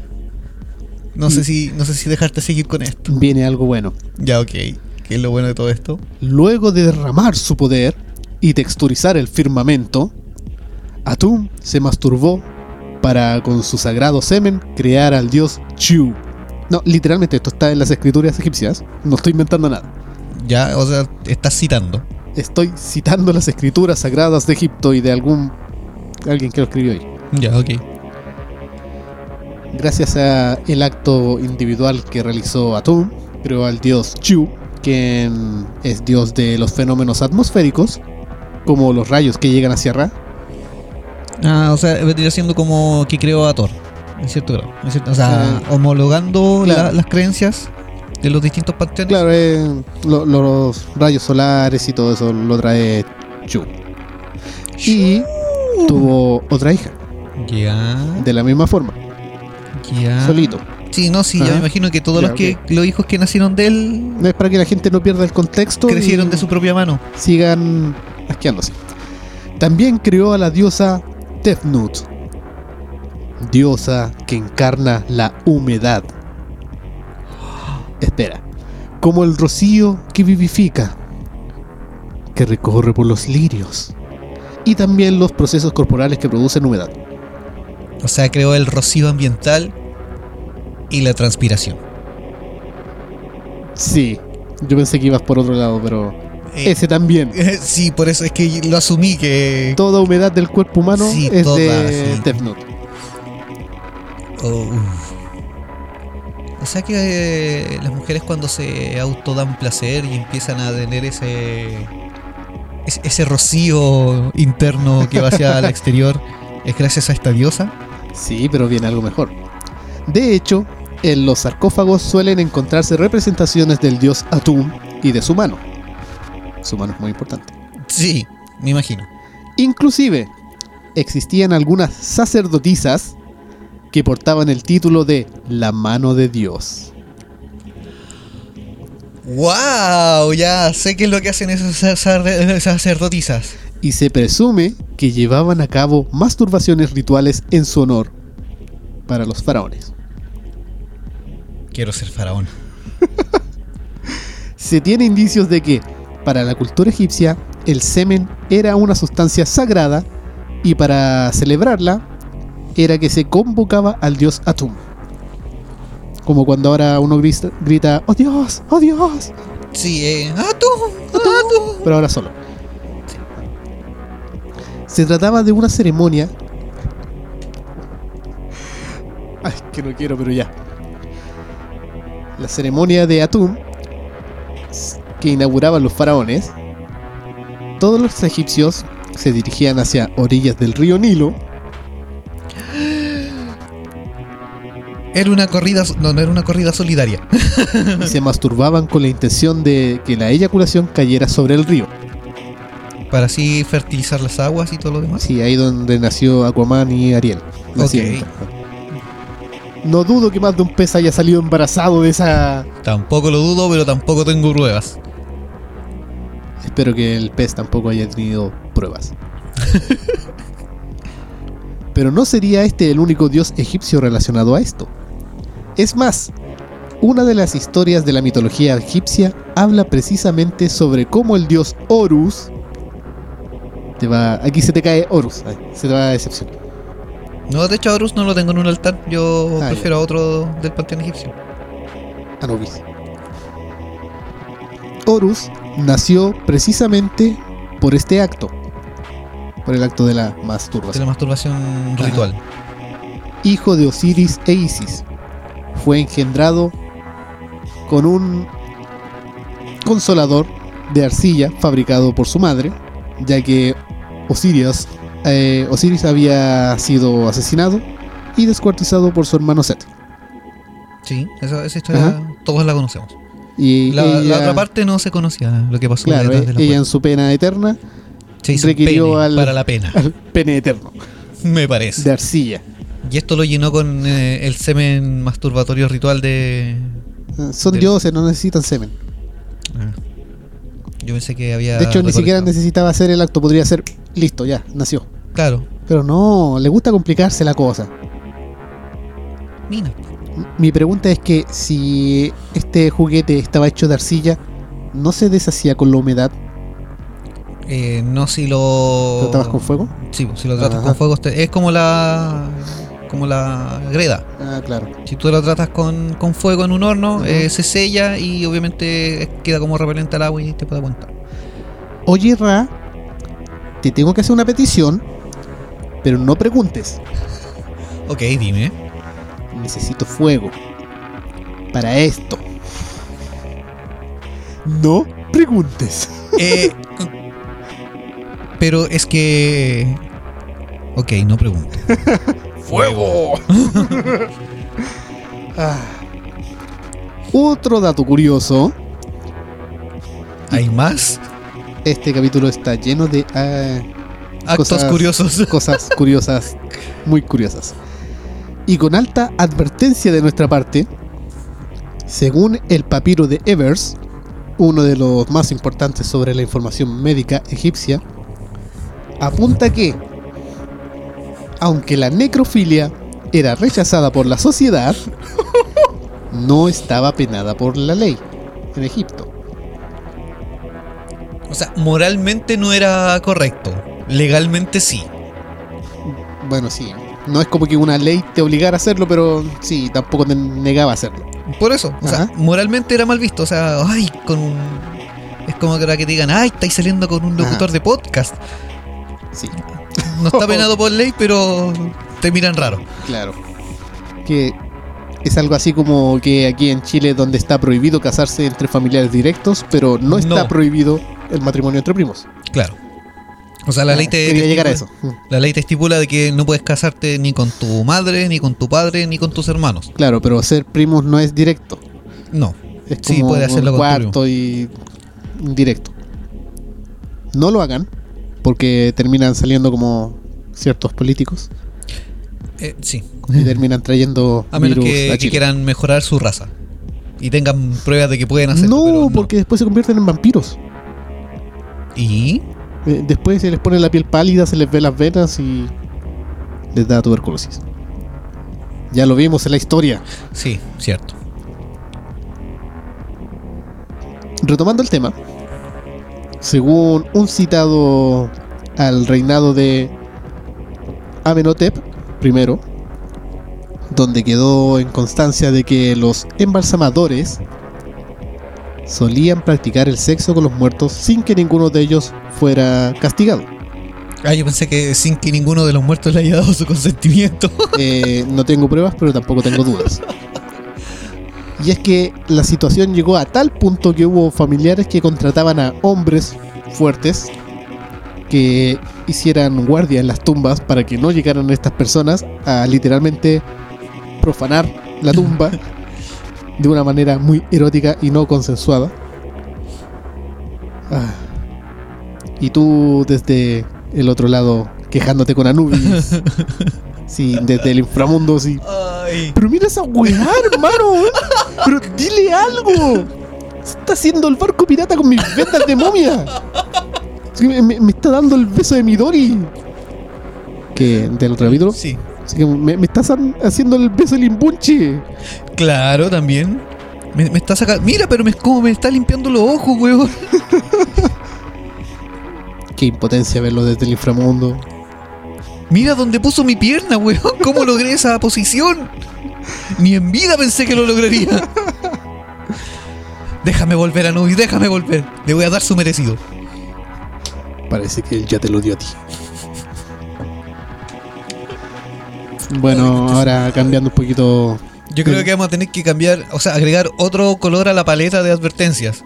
S1: No sé si, no sé si dejarte seguir con esto.
S4: Viene algo bueno.
S1: Ya, ok. ¿Qué es lo bueno de todo esto?
S4: Luego de derramar su poder y texturizar el firmamento, Atum se masturbó para, con su sagrado semen, crear al dios Chu. No, literalmente esto está en las escrituras egipcias. No estoy inventando nada.
S1: Ya, o sea, estás citando.
S4: Estoy citando las escrituras sagradas de Egipto y de algún alguien que lo escribió ahí.
S1: Ya, ok.
S4: Gracias a el acto individual que realizó Atum, creó al dios Chu, quien es dios de los fenómenos atmosféricos, como los rayos que llegan hacia Ra,
S1: Ah, o sea, vendría siendo como que creó a Thor, en cierto grado. en cierto- o sea,
S4: Ah.
S1: homologando la-
S4: Claro.
S1: las creencias de los distintos panteones.
S4: Claro, eh, lo- los rayos solares y todo eso lo trae Chu. Y tuvo otra hija,
S1: Ya.
S4: de la misma forma,
S1: ya.
S4: solito.
S1: Sí, no, sí, ya
S4: Ajá.
S1: me imagino que todos
S4: Ya,
S1: los que los hijos que nacieron de él
S4: No es para que la gente no pierda el contexto.
S1: crecieron
S4: y
S1: de su propia mano.
S4: Sigan asqueándose. También creó a la diosa Tefnut, diosa que encarna la humedad. Espera, como el rocío que vivifica, que recorre por los lirios, y también los procesos corporales que producen humedad.
S1: O sea, creó el rocío ambiental y la transpiración.
S4: Sí, yo pensé que ibas por otro lado, pero
S1: Eh,
S4: ese también.
S1: sí, por eso es que lo asumí que.
S4: Toda humedad del cuerpo humano
S1: Sí,
S4: es
S1: toda,
S4: de
S1: sí.
S4: Tefnut.
S1: Oh, uf. O sea que eh, las mujeres cuando se autodan placer y empiezan a tener ese, es- ese rocío interno que va hacia el exterior es gracias a esta diosa.
S4: Sí, pero viene algo mejor. De hecho, en los sarcófagos suelen encontrarse representaciones del dios Atum y de su mano. Su mano es muy importante.
S1: Sí, me imagino.
S4: Inclusive, existían algunas sacerdotisas que portaban el título de la mano de Dios.
S1: ¡Wow! Ya sé qué es lo que hacen esas sacer- sacerdotisas.
S4: Y se presume que llevaban a cabo masturbaciones rituales en su honor para los faraones.
S1: Quiero ser faraón.
S4: Se tiene indicios de que, para la cultura egipcia, el semen era una sustancia sagrada y para celebrarla era que se convocaba al dios Atum. Como cuando ahora uno grita, grita, ¡Oh Dios! ¡Oh Dios!
S1: Sí, eh. ¡Ah, tú! ¡Ah, tú!
S4: Pero ahora solo. Se trataba de una ceremonia. Ay, que no quiero, pero ya. la ceremonia de Atum s- que inauguraban los faraones, todos los egipcios se dirigían hacia orillas del río Nilo.
S1: Era una corrida. No, no era una corrida solidaria.
S4: y se masturbaban con la intención de que la eyaculación cayera sobre el río.
S1: Para así fertilizar las aguas y todo lo demás.
S4: Sí, ahí donde nació Aquaman y Ariel. Nacieron.
S1: Ok.
S4: No dudo que más de un pez haya salido embarazado de esa...
S1: Tampoco lo dudo, pero tampoco tengo pruebas.
S4: Espero que el pez tampoco haya tenido pruebas. Pero no sería este el único dios egipcio relacionado a esto. Es más, una de las historias de la mitología egipcia habla precisamente sobre cómo el dios Horus te va, aquí se te cae Horus, ay, se te va a decepcionar.
S1: No, de hecho, a Horus no lo tengo en un altar. Yo
S4: Ah,
S1: prefiero a otro del panteón egipcio.
S4: Anubis. Horus nació precisamente por este acto, por el acto de la
S1: De
S4: masturbación.
S1: la masturbación
S4: Ajá.
S1: ritual.
S4: hijo de Osiris e Isis. Fue engendrado con un consolador de arcilla fabricado por su madre, ya que Osiris, eh, Osiris había sido asesinado y descuartizado por su hermano Set.
S1: Sí, esa, esa historia
S4: Ajá.
S1: todos la conocemos.
S4: Y
S1: La, la
S4: ella-
S1: otra parte no se conocía lo que pasó
S4: claro, eh,
S1: detrás de la
S4: ella en
S1: puerta.
S4: su pena eterna,
S1: Se hizo un
S4: requirió
S1: pene
S4: al-
S1: para la pena,
S4: pene eterno,
S1: me parece.
S4: de arcilla.
S1: Y esto lo llenó con eh, el semen masturbatorio ritual de.
S4: Ah, Son
S1: Del-
S4: dioses, no necesitan semen.
S1: Ah. Yo pensé que había.
S4: De hecho, ni siquiera
S1: recolectado.
S4: necesitaba hacer el acto, podría ser listo, ya, nació.
S1: Claro,
S4: Pero no, le gusta complicarse la cosa.
S1: mina.
S4: Mi pregunta es que si este juguete estaba hecho de arcilla, ¿no se deshacía con la humedad?
S1: Eh, no si lo.
S4: ¿Tratabas con fuego? Ah,
S1: Sí, pues, si lo tratas
S4: Ajá.
S1: con fuego. te- Es como la. Como la greda.
S4: Ah, claro.
S1: Si tú lo tratas con, con fuego en un horno,
S4: Ajá.
S1: eh, se sella y obviamente queda como repelente al agua y te puede aguantar.
S4: Oye, Ra, te tengo que hacer una petición, pero no preguntes.
S1: Ok, dime.
S4: Necesito fuego para esto. No preguntes.
S1: Eh, pero es que. Ok, no pregunto.
S4: ¡Fuego! Ah. Otro dato curioso.
S1: ¿Hay más?
S4: Este capítulo está lleno de... ah,
S1: Actos
S4: Cosas-
S1: curiosos.
S4: cosas curiosas, muy curiosas. Y con alta advertencia de nuestra parte, según el papiro de Evers, uno de los más importantes sobre la información médica egipcia, apunta que, aunque la necrofilia era rechazada por la sociedad, no estaba penada por la ley en Egipto.
S1: O sea, moralmente no era correcto. Legalmente sí.
S4: Bueno, sí, no es como que una ley te obligara a hacerlo, pero sí, tampoco te negaba a hacerlo.
S1: Por eso. O sea,
S4: Ajá.
S1: moralmente era mal visto. O sea, ay, con un. Es como que ahora que te digan, ay, estáis saliendo con un locutor
S4: Ajá.
S1: de podcast.
S4: Sí.
S1: No está penado por ley, pero te miran raro.
S4: Claro. Que es algo así como que aquí en Chile donde está prohibido casarse entre familiares directos, pero no está
S1: No.
S4: prohibido el matrimonio entre primos.
S1: Claro. O sea, la ley te.
S4: Ah, Quería
S1: te
S4: llegar a eso. Mm,
S1: estipula- La ley te estipula de que no puedes casarte ni con tu madre, ni con tu padre, ni con tus hermanos.
S4: Claro, pero ser primos no es directo.
S1: No.
S4: Es
S1: Sí,
S4: como
S1: puede hacerlo
S4: un
S1: con tu primo.
S4: cuarto y directo. No lo hagan porque terminan saliendo como ciertos políticos
S1: Eh, sí.
S4: y terminan trayendo
S1: A menos
S4: virus
S1: que,
S4: a
S1: que
S4: Chile.
S1: quieran mejorar su raza. Y tengan pruebas de que pueden hacerlo. pero
S4: no, porque después se convierten en vampiros.
S1: ¿Y?
S4: Eh, Después se les pone la piel pálida, se les ve las venas y les da tuberculosis. Ya lo vimos en la historia.
S1: Sí, cierto.
S4: Retomando el tema, según un citado al reinado de Amenhotep I, donde quedó en constancia de que los embalsamadores solían practicar el sexo con los muertos sin que ninguno de ellos fuera castigado.
S1: Ah, yo pensé que sin que ninguno de los muertos le haya dado su consentimiento.
S4: Eh, no tengo pruebas, pero tampoco tengo dudas. Y es que la situación llegó a tal punto que hubo familiares que contrataban a hombres fuertes que hicieran guardia en las tumbas para que no llegaran estas personas a literalmente profanar la tumba de una manera muy erótica y no consensuada. Ah. Y tú desde el otro lado quejándote con Anubis. Sí, desde el inframundo, sí.
S1: Ay.
S4: Pero mira esa weá, hermano. Pero dile algo. Se está haciendo el barco pirata con mis ventas de momia. Sí, me, me- me está dando el beso de Midori. Que del otro capítulo.
S1: Sí.
S4: Así que me, me estás han- haciendo el beso del imbunche.
S1: Claro, también. Me, me está sacando. Mira, pero me, como me está limpiando los ojos, weón.
S4: Qué impotencia verlo desde el inframundo.
S1: Mira dónde puso mi pierna, weón. ¿Cómo logré esa posición? Ni en vida pensé que lo lograría. Déjame volver, Anubis, déjame volver. Le voy a dar su merecido.
S4: Parece que él ya te lo dio a ti. Bueno, ahora cambiando un poquito.
S1: Yo creo que vamos a tener que cambiar, o sea, agregar otro color a la paleta de advertencias.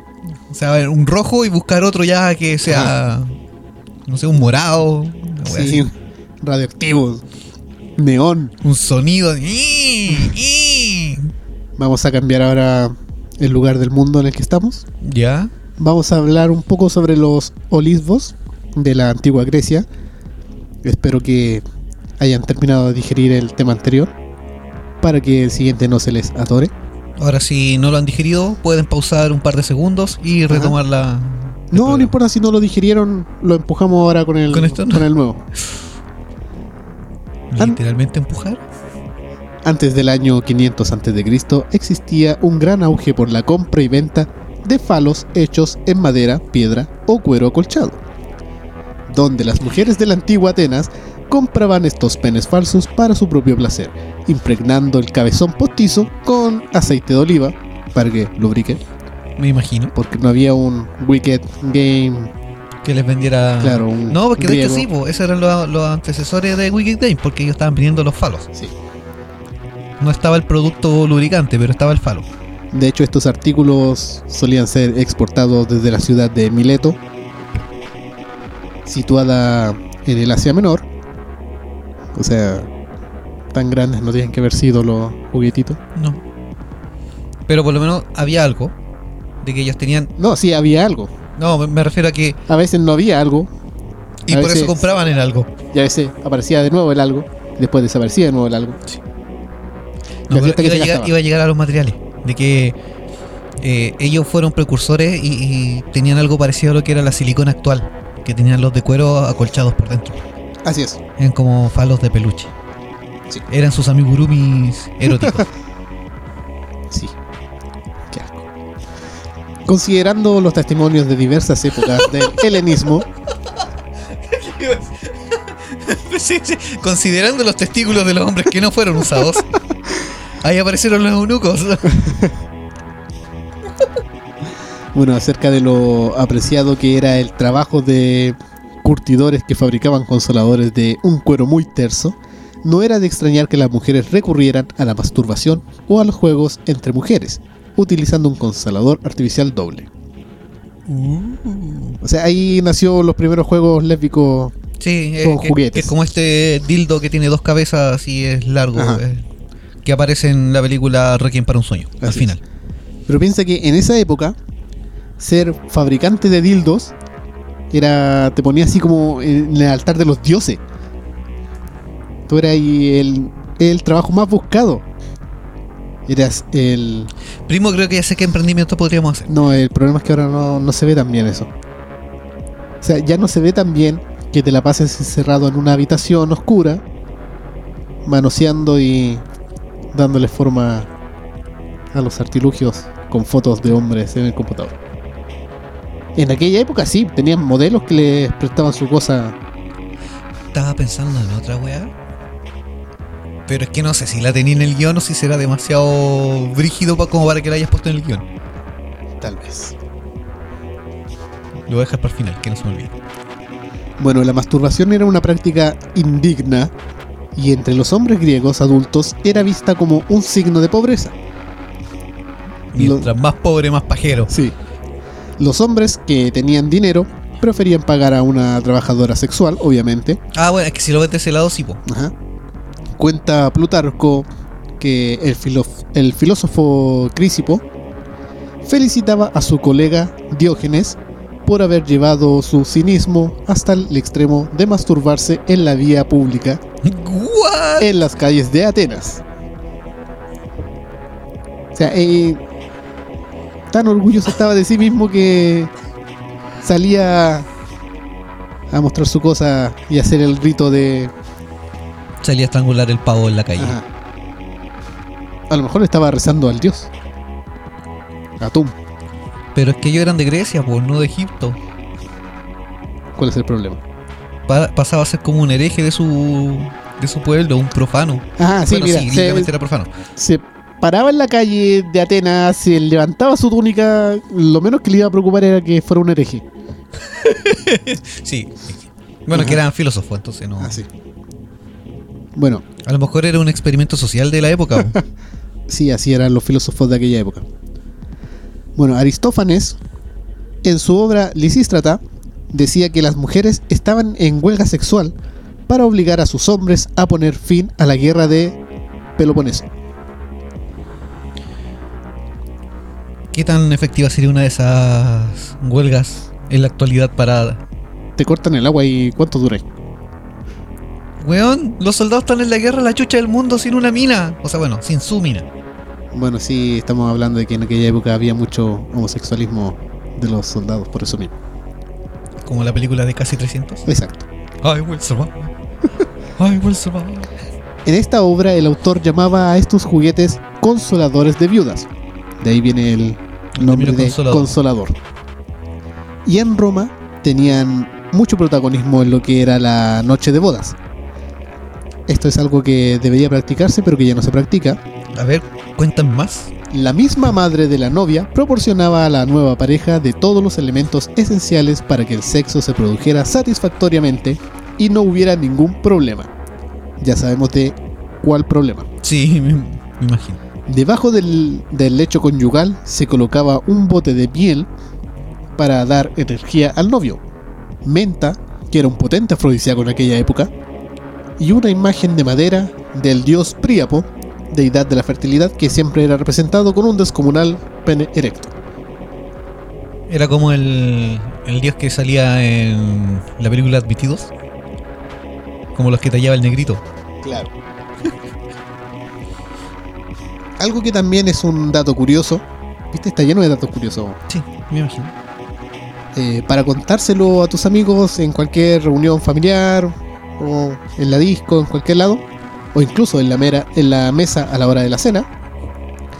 S1: O sea, a ver, un rojo y buscar otro ya que sea, no sé, un morado, una wea
S4: Sí,
S1: así.
S4: radioactivos. Neón.
S1: un sonido. de "Ii, ii".
S4: Vamos a cambiar ahora el lugar del mundo en el que estamos.
S1: ¿Ya?
S4: Vamos a hablar un poco sobre los olisbos de la antigua Grecia. Espero que hayan terminado de digerir el tema anterior para que el siguiente no se les atore.
S1: Ahora si no lo han digerido, pueden pausar un par de segundos y
S4: Ajá.
S1: retomar la... el
S4: No, no
S1: programa.
S4: importa si no lo digirieron, lo empujamos ahora con el,
S1: ¿Con esto?
S4: con el nuevo.
S1: Literalmente empujar.
S4: Antes del año 500 a.C. existía un gran auge por la compra y venta de falos hechos en madera, piedra o cuero acolchado, donde las mujeres de la antigua Atenas compraban estos penes falsos para su propio placer, impregnando el cabezón postizo con aceite de oliva para que lubrique,
S1: Me imagino
S4: porque no había un Wicked Game,
S1: que les vendiera...
S4: claro, un
S1: No, porque de hecho
S4: griego.
S1: sí, po, esos eran los, los antecesores de Wicked Game, porque ellos estaban vendiendo los falos.
S4: Sí.
S1: No estaba el producto lubricante, pero estaba el falo.
S4: De hecho, estos artículos solían ser exportados desde la ciudad de Mileto, situada en el Asia Menor. O sea, tan grandes no tienen que haber sido los juguetitos.
S1: No. Pero por lo menos había algo de que ellos tenían.
S4: No, sí, había algo.
S1: No, me- me refiero a que.
S4: A veces no había algo,
S1: Y
S4: A
S1: por
S4: veces-
S1: eso compraban en algo.
S4: y a veces aparecía de nuevo el algo, y después desaparecía de nuevo el algo.
S1: No,
S4: La
S1: pero
S4: fiesta que
S1: iba, a
S4: se
S1: llegar,
S4: gastaba.
S1: iba a llegar a los materiales. De que eh, ellos fueron precursores y, y tenían algo parecido a lo que era la silicona actual. Que tenían los de cuero acolchados por dentro.
S4: Así es.
S1: Eran como falos de peluche.
S4: Sí.
S1: Eran sus amigurumis eróticos.
S4: Sí. Qué asco. Considerando los testimonios de diversas épocas del helenismo,
S1: Sí, sí. Considerando los testículos de los hombres que no fueron usados, ahí aparecieron los eunucos.
S4: Bueno, acerca de lo apreciado que era el trabajo de curtidores que fabricaban consoladores de un cuero muy terso, no era de extrañar que las mujeres recurrieran a la masturbación o a los juegos entre mujeres, utilizando un consolador artificial doble. O sea, ahí nació los primeros juegos lésbicos.
S1: Sí, eh,
S4: Con
S1: que-
S4: juguetes.
S1: que es como este dildo que tiene dos cabezas y es largo,
S4: Ajá.
S1: eh, que aparece en la película Requiem para un sueño, al
S4: Así
S1: final.
S4: Pero piensa que en esa época, ser fabricante de dildos era te ponía así como en el altar de los dioses. Tú eras ahí el, el trabajo más buscado. Eras el.
S1: Primo, creo que ya sé qué emprendimiento podríamos hacer.
S4: No, el problema es que ahora no, no se ve tan bien eso. O sea, ya no se ve tan bien que te la pases encerrado en una habitación oscura, manoseando y dándole forma a los artilugios con fotos de hombres en el computador. En aquella época sí, tenían modelos que les prestaban su cosa.
S1: Estaba pensando en otra weá. Pero es que no sé si la tenía en el guión o si será demasiado brígido pa- como para que la hayas puesto en el guión.
S4: Tal vez.
S1: Lo voy a dejar para el final, que no se me olvide.
S4: Bueno, la masturbación era una práctica indigna y entre los hombres griegos adultos era vista como un signo de pobreza.
S1: Mientras más pobre, más pajero.
S4: Sí. Los hombres que tenían dinero preferían pagar a una trabajadora sexual, obviamente.
S1: Ah, bueno, es que si lo ves de ese lado, sí, po.
S4: Ajá. Cuenta Plutarco que el, filo- el filósofo Crisipo felicitaba a su colega Diógenes por haber llevado su cinismo hasta el extremo de masturbarse en la vía pública
S1: ¿What?
S4: en las calles de Atenas. O sea, eh, tan orgulloso estaba de sí mismo que salía a mostrar su cosa y hacer el rito de...
S1: Salía a estrangular el pavo en la calle.
S4: Ajá. A lo mejor estaba rezando al dios. Atum,
S1: Pero es que ellos eran de Grecia, pues, no de Egipto.
S4: ¿cuál es el problema?
S1: Pa- pasaba a ser como un hereje de su, de su pueblo, un profano.
S4: Ah, sí,
S1: bueno,
S4: mira,
S1: sí,
S4: se,
S1: técnicamente era profano.
S4: se paraba en la calle de Atenas, se levantaba su túnica, lo menos que le iba a preocupar era que fuera un hereje.
S1: Sí. Bueno,
S4: Ajá.
S1: que eran filósofos, entonces no.
S4: Así. Ah, Bueno,
S1: A lo mejor era un experimento social de la época. po.
S4: Sí, así eran los filósofos de aquella época. Bueno, Aristófanes, en su obra Lisístrata, decía que las mujeres estaban en huelga sexual para obligar a sus hombres a poner fin a la guerra de Peloponeso.
S1: ¿Qué tan efectiva sería una de esas huelgas en la actualidad para...
S4: Te cortan el agua y ¿cuánto dura?
S1: Weón, los soldados están en la guerra, la chucha del mundo, sin una mina. O sea, bueno, sin su mina.
S4: Bueno, sí, estamos hablando de que en aquella época había mucho homosexualismo de los soldados, por eso mismo.
S1: Como la película de casi 300.
S4: Exacto.
S1: I will survive. I will survive.
S4: En esta obra el autor llamaba a estos juguetes consoladores de viudas. De ahí viene el nombre
S1: término
S4: de
S1: consolador.
S4: consolador. Y en Roma tenían mucho protagonismo en lo que era la noche de bodas. Esto es algo que debería practicarse pero que ya no se practica.
S1: A ver, cuentan más.
S4: La misma madre de la novia proporcionaba a la nueva pareja de todos los elementos esenciales para que el sexo se produjera satisfactoriamente y no hubiera ningún problema. Ya sabemos de cuál problema.
S1: Sí, me, me imagino.
S4: Debajo del, del lecho conyugal se colocaba un bote de miel para dar energía al novio, menta, que era un potente afrodisíaco en aquella época, y una imagen de madera del dios Príapo, deidad de la fertilidad, que siempre era representado con un descomunal pene erecto.
S1: Era como el, el dios que salía en la película Admitidos. Como los que tallaba el negrito.
S4: Claro. Algo que también es un dato curioso, viste, está lleno de datos curiosos.
S1: Sí, me imagino.
S4: eh, para contárselo a tus amigos en cualquier reunión familiar o en la disco, en cualquier lado, o incluso en la, mera, en la mesa a la hora de la cena,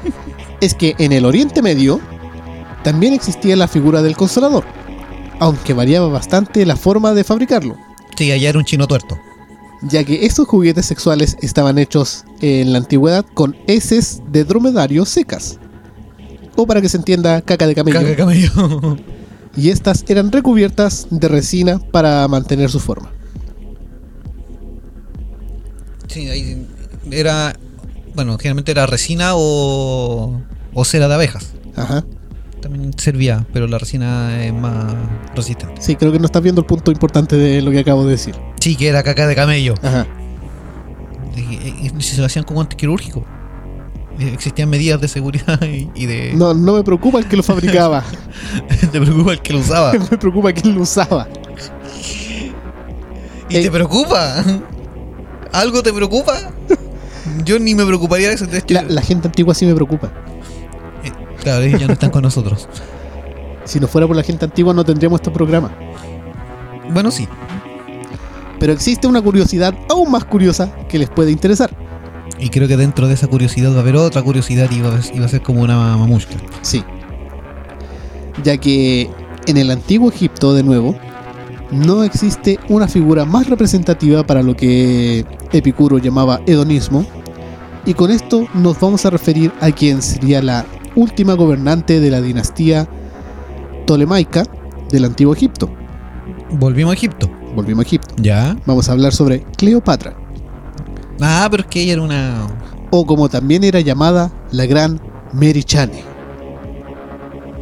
S4: es que en el Oriente Medio también existía la figura del consolador, aunque variaba bastante la forma de fabricarlo,
S1: Sí, allá era un chino tuerto.
S4: ya que estos juguetes sexuales estaban hechos en la antigüedad con heces de dromedario secas, o para que se entienda, caca de camello
S1: Caca camello.
S4: y estas eran recubiertas de resina para mantener su forma.
S1: Sí, ahí era. Bueno, generalmente era resina o, o cera de abejas.
S4: Ajá.
S1: También servía, pero la resina es más resistente.
S4: Sí, creo que no estás viendo el punto importante de lo que acabo de decir.
S1: Sí, que era caca de camello.
S4: Ajá.
S1: Y- y- y se lo hacían como antiquirúrgico. Eh, Existían medidas de seguridad y, y de.
S4: No, no me preocupa el que lo fabricaba,
S1: Te preocupa el que lo usaba.
S4: me preocupa quien lo usaba.
S1: ¿Y
S4: Eh.
S1: te preocupa? ¿Algo te preocupa? Yo ni me preocuparía de eso. de hecho,
S4: La, la gente antigua sí me preocupa.
S1: eh, claro, ellos ya no están con nosotros.
S4: Si no fuera por la gente antigua no tendríamos este programa.
S1: Bueno, sí.
S4: Pero existe una curiosidad aún más curiosa que les puede interesar.
S1: Y creo que dentro de esa curiosidad va a haber otra curiosidad y va a, y va a ser como una mamushka.
S4: Sí. Ya que en el antiguo Egipto, de nuevo, no existe una figura más representativa para lo que Epicuro llamaba hedonismo. Y con esto nos vamos a referir a quien sería la última gobernante de la dinastía tolemaica del antiguo Egipto.
S1: Volvimos a Egipto.
S4: Volvimos a Egipto.
S1: Ya.
S4: Vamos a hablar sobre Cleopatra,
S1: Ah, pero es que ella era una.
S4: o como también era llamada la gran Merichane.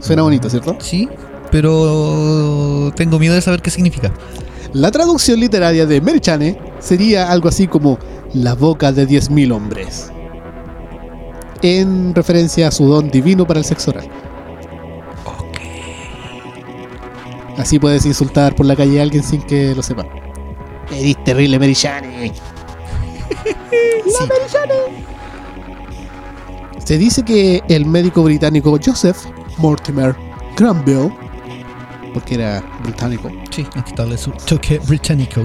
S4: Suena bonito, ¿cierto?
S1: Sí, pero tengo miedo de saber qué significa.
S4: La traducción literaria de Merchane sería algo así como la boca de 10.000 hombres. En referencia a su don divino para el sexo oral. Así puedes insultar por la calle a alguien sin que lo sepa. Eres terrible, Merchane.
S1: Sí.
S4: Se dice que el médico británico Joseph Mortimer Granville, porque era británico,
S1: Sí, aquí está su toque británico.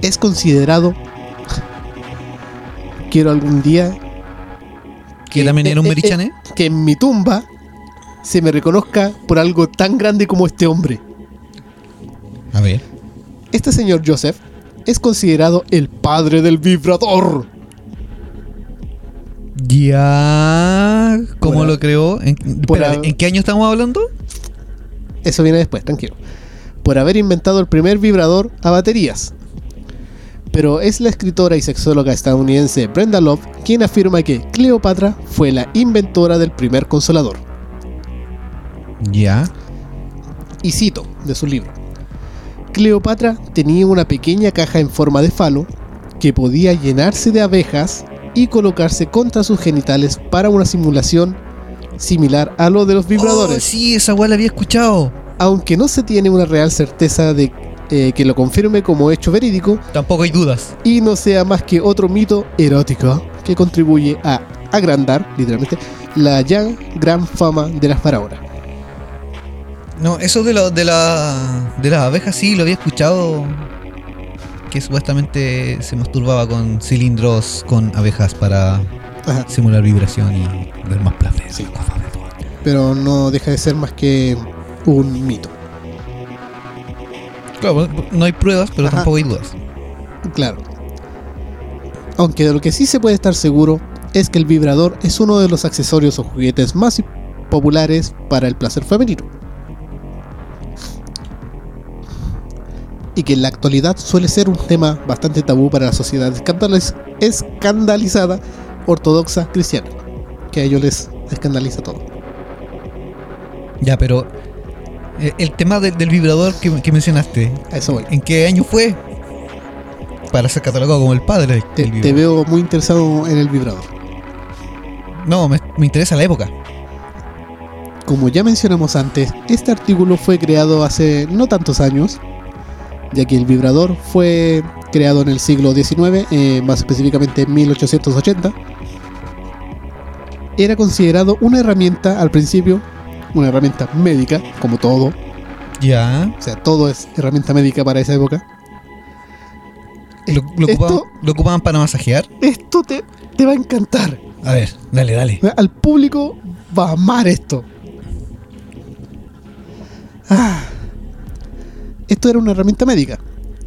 S4: es considerado. Quiero algún día
S1: Que también era un
S4: eh, eh,
S1: merichane.
S4: que en mi tumba se me reconozca por algo tan grande como este hombre.
S1: A ver.
S4: Este señor Joseph es considerado el padre del vibrador.
S1: Ya. ¿Cómo
S4: Por a-
S1: lo creó? ¿En,
S4: por
S1: espérate,
S4: a-
S1: ¿en qué año estamos hablando?
S4: Eso viene después, tranquilo. Por haber inventado el primer vibrador a baterías. Pero es la escritora y sexóloga estadounidense Brenda Love quien afirma que Cleopatra fue la inventora del primer consolador.
S1: Ya.
S4: y cito de su libro. Cleopatra tenía una pequeña caja en forma de falo que podía llenarse de abejas y colocarse contra sus genitales para una simulación similar a lo de los
S1: Oh,
S4: vibradores,
S1: sí, esa weá la había escuchado.
S4: aunque no se tiene una real certeza de eh, que lo confirme como hecho verídico
S1: Tampoco hay dudas.
S4: y no sea más que otro mito erótico que contribuye a agrandar, literalmente, la ya gran fama de las faraonas.
S1: No, eso de, lo, de, la, de las abejas sí lo había escuchado. Que supuestamente se masturbaba con cilindros con abejas para
S4: Ajá.
S1: simular vibración y ver más placer.
S4: Sí. Pero no deja de ser más que un mito.
S1: Claro, no hay pruebas, pero
S4: Ajá.
S1: tampoco hay dudas.
S4: Claro. Aunque de lo que sí se puede estar seguro es que el vibrador es uno de los accesorios o juguetes más populares para el placer femenino. Y que en la actualidad suele ser un tema bastante tabú para la sociedad escandaliz- escandalizada ortodoxa cristiana. Que a ellos les escandaliza todo.
S1: Ya, pero eh, el tema de- del vibrador que, que mencionaste,
S4: A eso voy.
S1: ¿en qué año fue? Para ser catalogado como el padre.
S4: Te,
S1: del
S4: te
S1: vibrador.
S4: veo muy interesado en el vibrador.
S1: No, me, me interesa la época.
S4: Como ya mencionamos antes, este artículo fue creado hace no tantos años, ya que el vibrador fue creado en el siglo XIX, eh, más específicamente en 1880. Era considerado una herramienta al principio, una herramienta médica, como todo,
S1: Ya.
S4: o sea, todo es herramienta médica para esa época.
S1: Lo, lo
S4: Esto-
S1: ocupaban, lo ocupaban para masajear.
S4: Esto te, te va a encantar.
S1: A ver, dale, dale.
S4: Al público va a amar esto. Ah. Esto era una herramienta médica,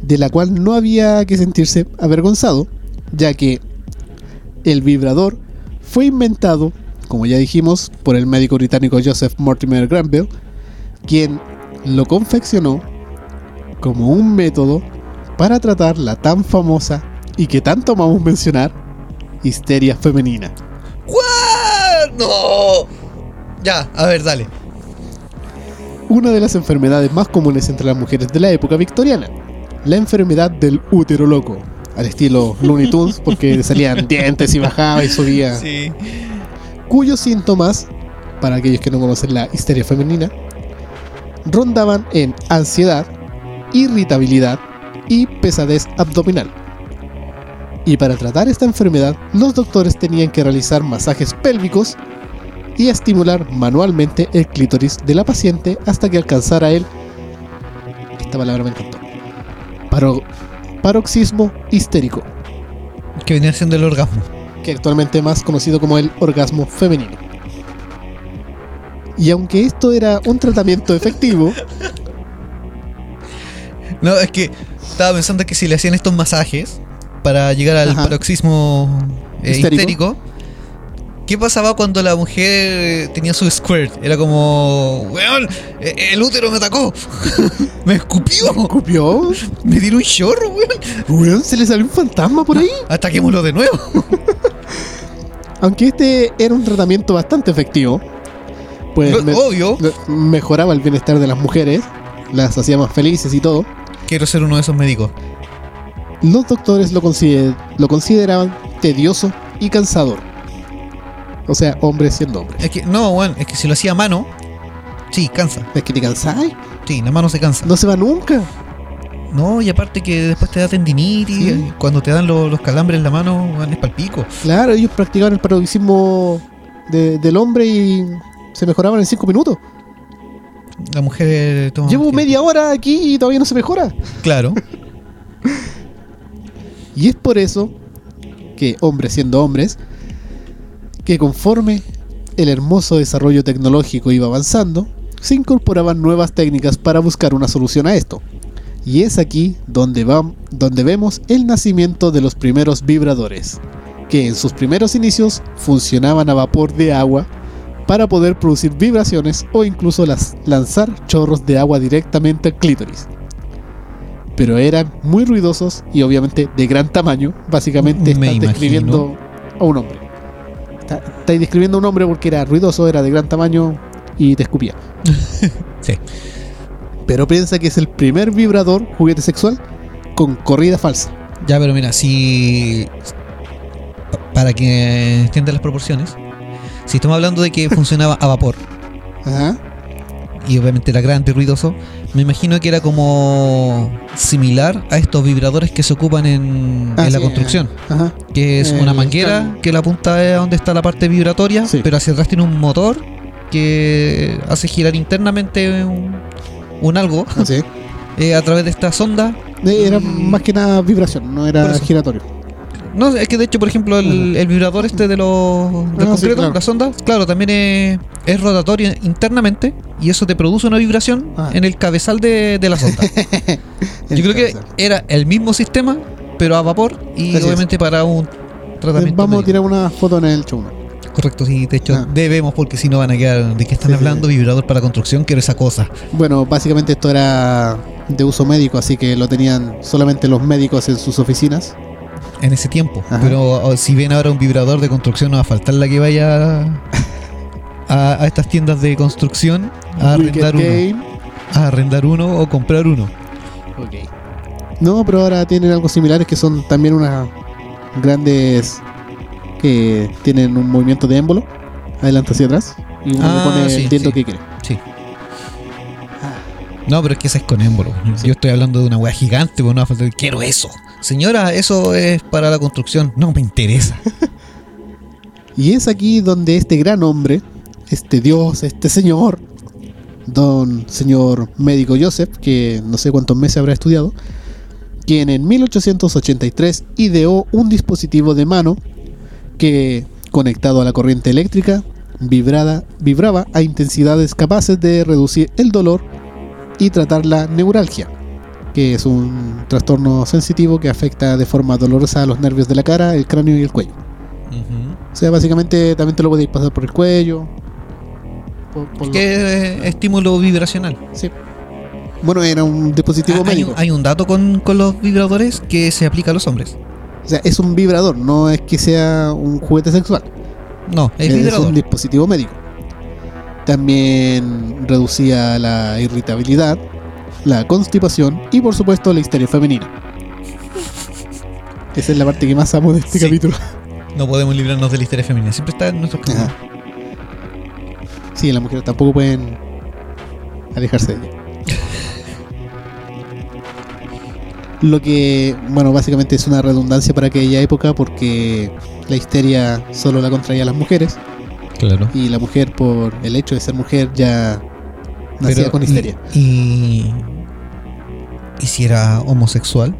S4: de la cual no había que sentirse avergonzado, ya que el vibrador fue inventado, como ya dijimos, por el médico británico Joseph Mortimer Granville, quien lo confeccionó como un método para tratar la tan famosa y que tanto amamos mencionar, histeria femenina.
S1: ¿What? ¡No! Ya, a ver, dale.
S4: una de las enfermedades más comunes entre las mujeres de la época victoriana, la enfermedad del útero loco, al estilo Looney Tunes, porque salían dientes y bajaba y subía,
S1: Sí.
S4: cuyos síntomas, para aquellos que no conocen la histeria femenina, rondaban en ansiedad, irritabilidad y pesadez abdominal. Y para tratar esta enfermedad, los doctores tenían que realizar masajes pélvicos y estimular manualmente el clítoris de la paciente hasta que alcanzara el. Esta palabra me encantó. paro- paroxismo histérico,
S1: Que venía siendo el orgasmo.
S4: que actualmente es más conocido como el orgasmo femenino. Y aunque esto era un tratamiento efectivo,
S1: No, es que estaba pensando que si le hacían estos masajes para llegar al
S4: Ajá.
S1: paroxismo eh,
S4: Histérico.
S1: histérico. ¿qué pasaba cuando la mujer eh, tenía su squirt? Era como, weón, eh, el útero me atacó, me escupió,
S4: escupió.
S1: me tiró un chorro, weón.
S4: Weón, se le salió un fantasma por ahí.
S1: Ataquémoslo de nuevo.
S4: Aunque este era un tratamiento bastante efectivo, pues me-
S1: Obvio,
S4: me- mejoraba el bienestar de las mujeres, las hacía más felices y todo.
S1: quiero ser uno de esos médicos.
S4: Los doctores lo, consider- lo consideraban tedioso y cansador. O sea, hombre siendo hombre.
S1: Es que, no, bueno, es que si lo hacía a mano, sí, cansa.
S4: Es que te cansáis,
S1: Sí, la mano se cansa.
S4: no se va nunca.
S1: No, y aparte que después te da tendinitis,
S4: Sí.
S1: y cuando te dan lo- los calambres en la mano, weón, es palpico.
S4: Claro, ellos practicaban el paroxismo de- del hombre y se mejoraban en 5 minutos.
S1: La mujer toma.
S4: Llevo
S1: tiempo.
S4: media hora aquí y todavía no se mejora.
S1: Claro.
S4: Y es por eso que, hombres siendo hombres, que conforme el hermoso desarrollo tecnológico iba avanzando, se incorporaban nuevas técnicas para buscar una solución a esto. Y es aquí donde, vam- donde vemos el nacimiento de los primeros vibradores, que en sus primeros inicios funcionaban a vapor de agua para poder producir vibraciones o incluso las- lanzar chorros de agua directamente al clítoris pero eran muy ruidosos y obviamente de gran tamaño. Básicamente
S1: Me
S4: estás
S1: imagino.
S4: describiendo a un hombre. Está- Estáis describiendo a un hombre porque era ruidoso, era de gran tamaño y te escupía.
S1: Sí.
S4: Pero piensa que es el primer vibrador juguete sexual con corrida falsa.
S1: Ya, pero mira, si. pa- Para que entiendan las proporciones, si estamos hablando de que funcionaba a vapor
S4: Ajá.
S1: y obviamente era grande y ruidoso, me imagino que era como similar a estos vibradores que se ocupan en,
S4: Ah,
S1: en la
S4: sí,
S1: construcción,
S4: Ajá.
S1: que es
S4: El
S1: una manguera
S4: cable.
S1: que la punta es donde está la parte vibratoria,
S4: Eh, Sí.
S1: pero hacia atrás tiene un motor que hace girar internamente un, un algo
S4: Así.
S1: eh, a través de esta sonda
S4: Eh, Era más que nada vibración, no
S1: Mm. Por
S4: era
S1: eso.
S4: giratorio.
S1: No, es que de hecho, por ejemplo, el, el vibrador este de los del
S4: Ah, sí,
S1: concreto,
S4: claro.
S1: las ondas, claro, también es, es rotatorio internamente y eso te produce una vibración
S4: Ah.
S1: en el cabezal de, de la sonda. Yo creo que era el mismo sistema, pero a vapor y
S4: Así es.
S1: obviamente para un tratamiento.
S4: Vamos a
S1: médico.
S4: tirar una foto en el show.
S1: Correcto, sí, de hecho,
S4: Ah.
S1: debemos porque si no van a quedar de qué están
S4: Sí, sí,
S1: hablando, vibrador para construcción, quiero esa cosa.
S4: Bueno, básicamente esto era de uso médico, así que lo tenían solamente los médicos en sus oficinas.
S1: En ese tiempo.
S4: Ajá.
S1: Pero o, si ven ahora un vibrador de construcción, no va a faltar la que vaya a, a- a estas tiendas de construcción a
S4: Wicked
S1: arrendar uno.
S4: Game.
S1: a arrendar uno o comprar uno.
S4: No, pero ahora tienen algo similares que son también unas grandes que tienen un movimiento de émbolo, adelante hacia atrás, y uno
S1: Ah,
S4: le pone
S1: sí,
S4: el dedo
S1: sí.
S4: que quiere.
S1: Sí.
S4: Ah.
S1: No, pero es que esa es con émbolo. Yo estoy hablando de una weá gigante, pues no va a faltar. Quiero eso. Señora, eso es para la construcción. No me interesa.
S4: Y es aquí donde este gran hombre, este dios, este señor, don señor médico Joseph, que no sé cuántos meses habrá estudiado, quien en 1883 ideó un dispositivo de mano que, conectado a la corriente eléctrica, vibrada, vibraba a intensidades capaces de reducir el dolor y tratar la neuralgia, que es un trastorno sensitivo que afecta de forma dolorosa a los nervios de la cara, el cráneo y el cuello. O sea, básicamente también te lo podéis pasar por el cuello. por- por
S1: Que es estímulo vibracional.
S4: lo- sí. Bueno, era un dispositivo
S1: Ah, hay,
S4: médico.
S1: un, hay un dato con, con los vibradores que se aplica a los hombres.
S4: O sea, es un vibrador, no es que sea un juguete sexual.
S1: No, es,
S4: es
S1: vibrador.
S4: un dispositivo médico. También reducía la irritabilidad, la constipación y por supuesto la histeria femenina. Esa es la parte que más amo de este
S1: Sí.
S4: capítulo.
S1: No podemos librarnos de la histeria femenina. Siempre está en nuestros
S4: Ajá.
S1: canales.
S4: Sí, las mujeres tampoco pueden alejarse de ella. Lo que, bueno, básicamente es una redundancia para aquella época porque la histeria solo la contraía las mujeres
S1: Claro.
S4: y la mujer por el hecho de ser mujer ya nacía
S1: Pero,
S4: con
S1: y-
S4: histeria.
S1: Y, ¿Y si era homosexual?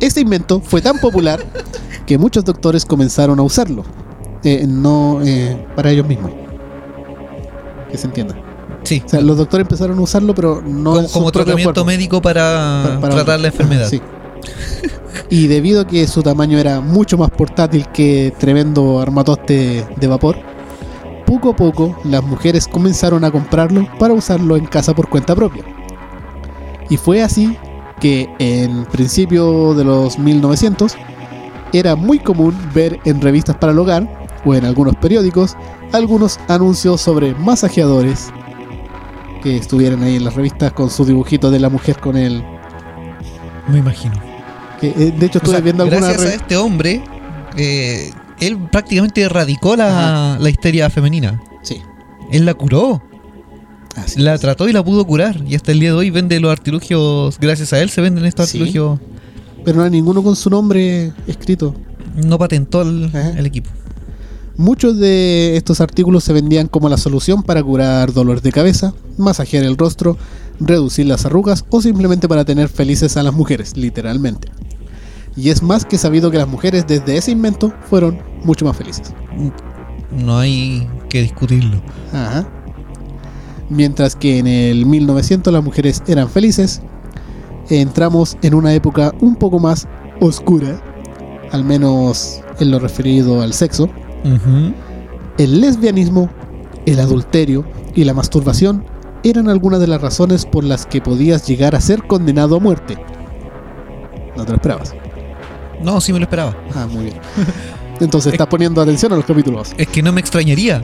S4: Este invento fue tan popular que muchos doctores comenzaron a usarlo, eh, no eh, para ellos mismos. Que se entienda.
S1: Sí.
S4: O sea, los doctores empezaron a usarlo, pero no en
S1: como,
S4: sus
S1: como
S4: propios
S1: tratamiento
S4: cuerpos.
S1: médico para,
S4: Pa- para
S1: tratar la enfermedad.
S4: Sí. Y debido a que su tamaño era mucho más portátil que tremendo armatoste de vapor, poco a poco las mujeres comenzaron a comprarlo para usarlo en casa por cuenta propia. Y fue así que en principio de los 1900 era muy común ver en revistas para el hogar o en algunos periódicos algunos anuncios sobre masajeadores que estuvieran ahí en las revistas con su dibujito de la mujer con él.
S1: Me imagino.
S4: Que, eh, de hecho,
S1: O
S4: estuve
S1: sea,
S4: viendo alguna.
S1: gracias a
S4: re-
S1: este hombre, eh, él prácticamente erradicó la, la histeria femenina.
S4: Sí.
S1: Él la curó,
S4: Así
S1: la
S4: es.
S1: trató y la pudo curar. Y hasta el día de hoy vende los artilugios, gracias a él se venden estos
S4: Sí.
S1: artilugios.
S4: Pero no hay ninguno con su nombre escrito.
S1: No patentó el,
S4: Ajá.
S1: el equipo.
S4: Muchos de estos artículos se vendían como la solución para curar dolor de cabeza, masajear el rostro, reducir las arrugas o simplemente para tener felices a las mujeres, literalmente. Y es más que sabido que las mujeres desde ese invento fueron mucho más felices.
S1: No hay que discutirlo.
S4: Ajá. Mientras que en el 1900 las mujeres eran felices, entramos en una época un poco más oscura, al menos en lo referido al sexo.
S1: Ujú.
S4: El lesbianismo, el adulterio y la masturbación eran algunas de las razones por las que podías llegar a ser condenado a muerte. No te lo esperabas.
S1: No, sí me lo esperaba.
S4: Ah, muy bien. Entonces estás poniendo atención a los capítulos.
S1: Es que no me extrañaría.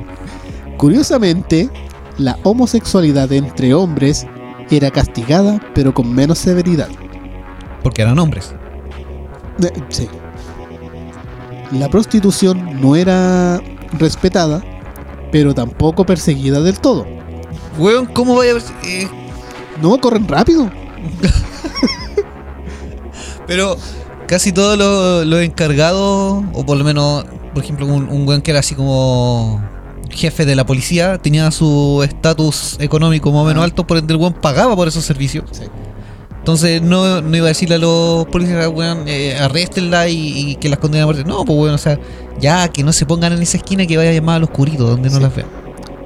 S4: Curiosamente, la homosexualidad entre hombres era castigada, pero con menos severidad.
S1: Porque eran hombres.
S4: Eh, sí. La prostitución no era respetada, pero tampoco perseguida del todo.
S1: Weón, ¿cómo vaya a ver? si- eh,
S4: No, corren rápido.
S1: pero casi todos los los encargados, o por lo menos, por ejemplo, un, un weón que era así como jefe de la policía, tenía su estatus económico más o menos
S4: Ah.
S1: alto, por ende el weón pagaba por esos servicios.
S4: Sí.
S1: Entonces no, no iba a decirle a los policías, weón, eh, arréstenla y, y que las condenen a muerte. No, pues weón, o sea, ya que no se pongan en esa esquina que vaya a llamar al oscurito, donde no
S4: Sí.
S1: las vean.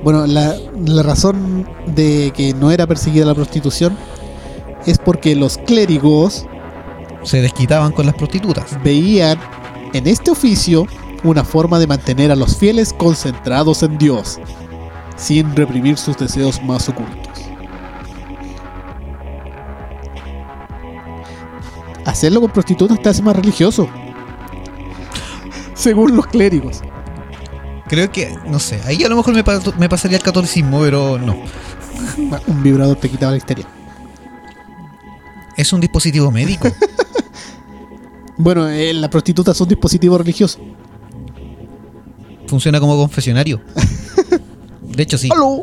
S4: Bueno, la, la razón de que no era perseguida la prostitución es porque los clérigos
S1: Se desquitaban con las prostitutas.
S4: veían en este oficio una forma de mantener a los fieles concentrados en Dios, sin reprimir sus deseos más ocultos. Hacerlo con prostitutas te hace más religioso, según los clérigos.
S1: Creo que, no sé, ahí a lo mejor me, pa- me pasaría el catolicismo, pero no.
S4: Un vibrador te quitaba la histeria.
S1: Es un dispositivo médico.
S4: Bueno, eh, las prostitutas son dispositivos religiosos.
S1: Funciona como confesionario. De hecho, sí.
S4: ¡Aló!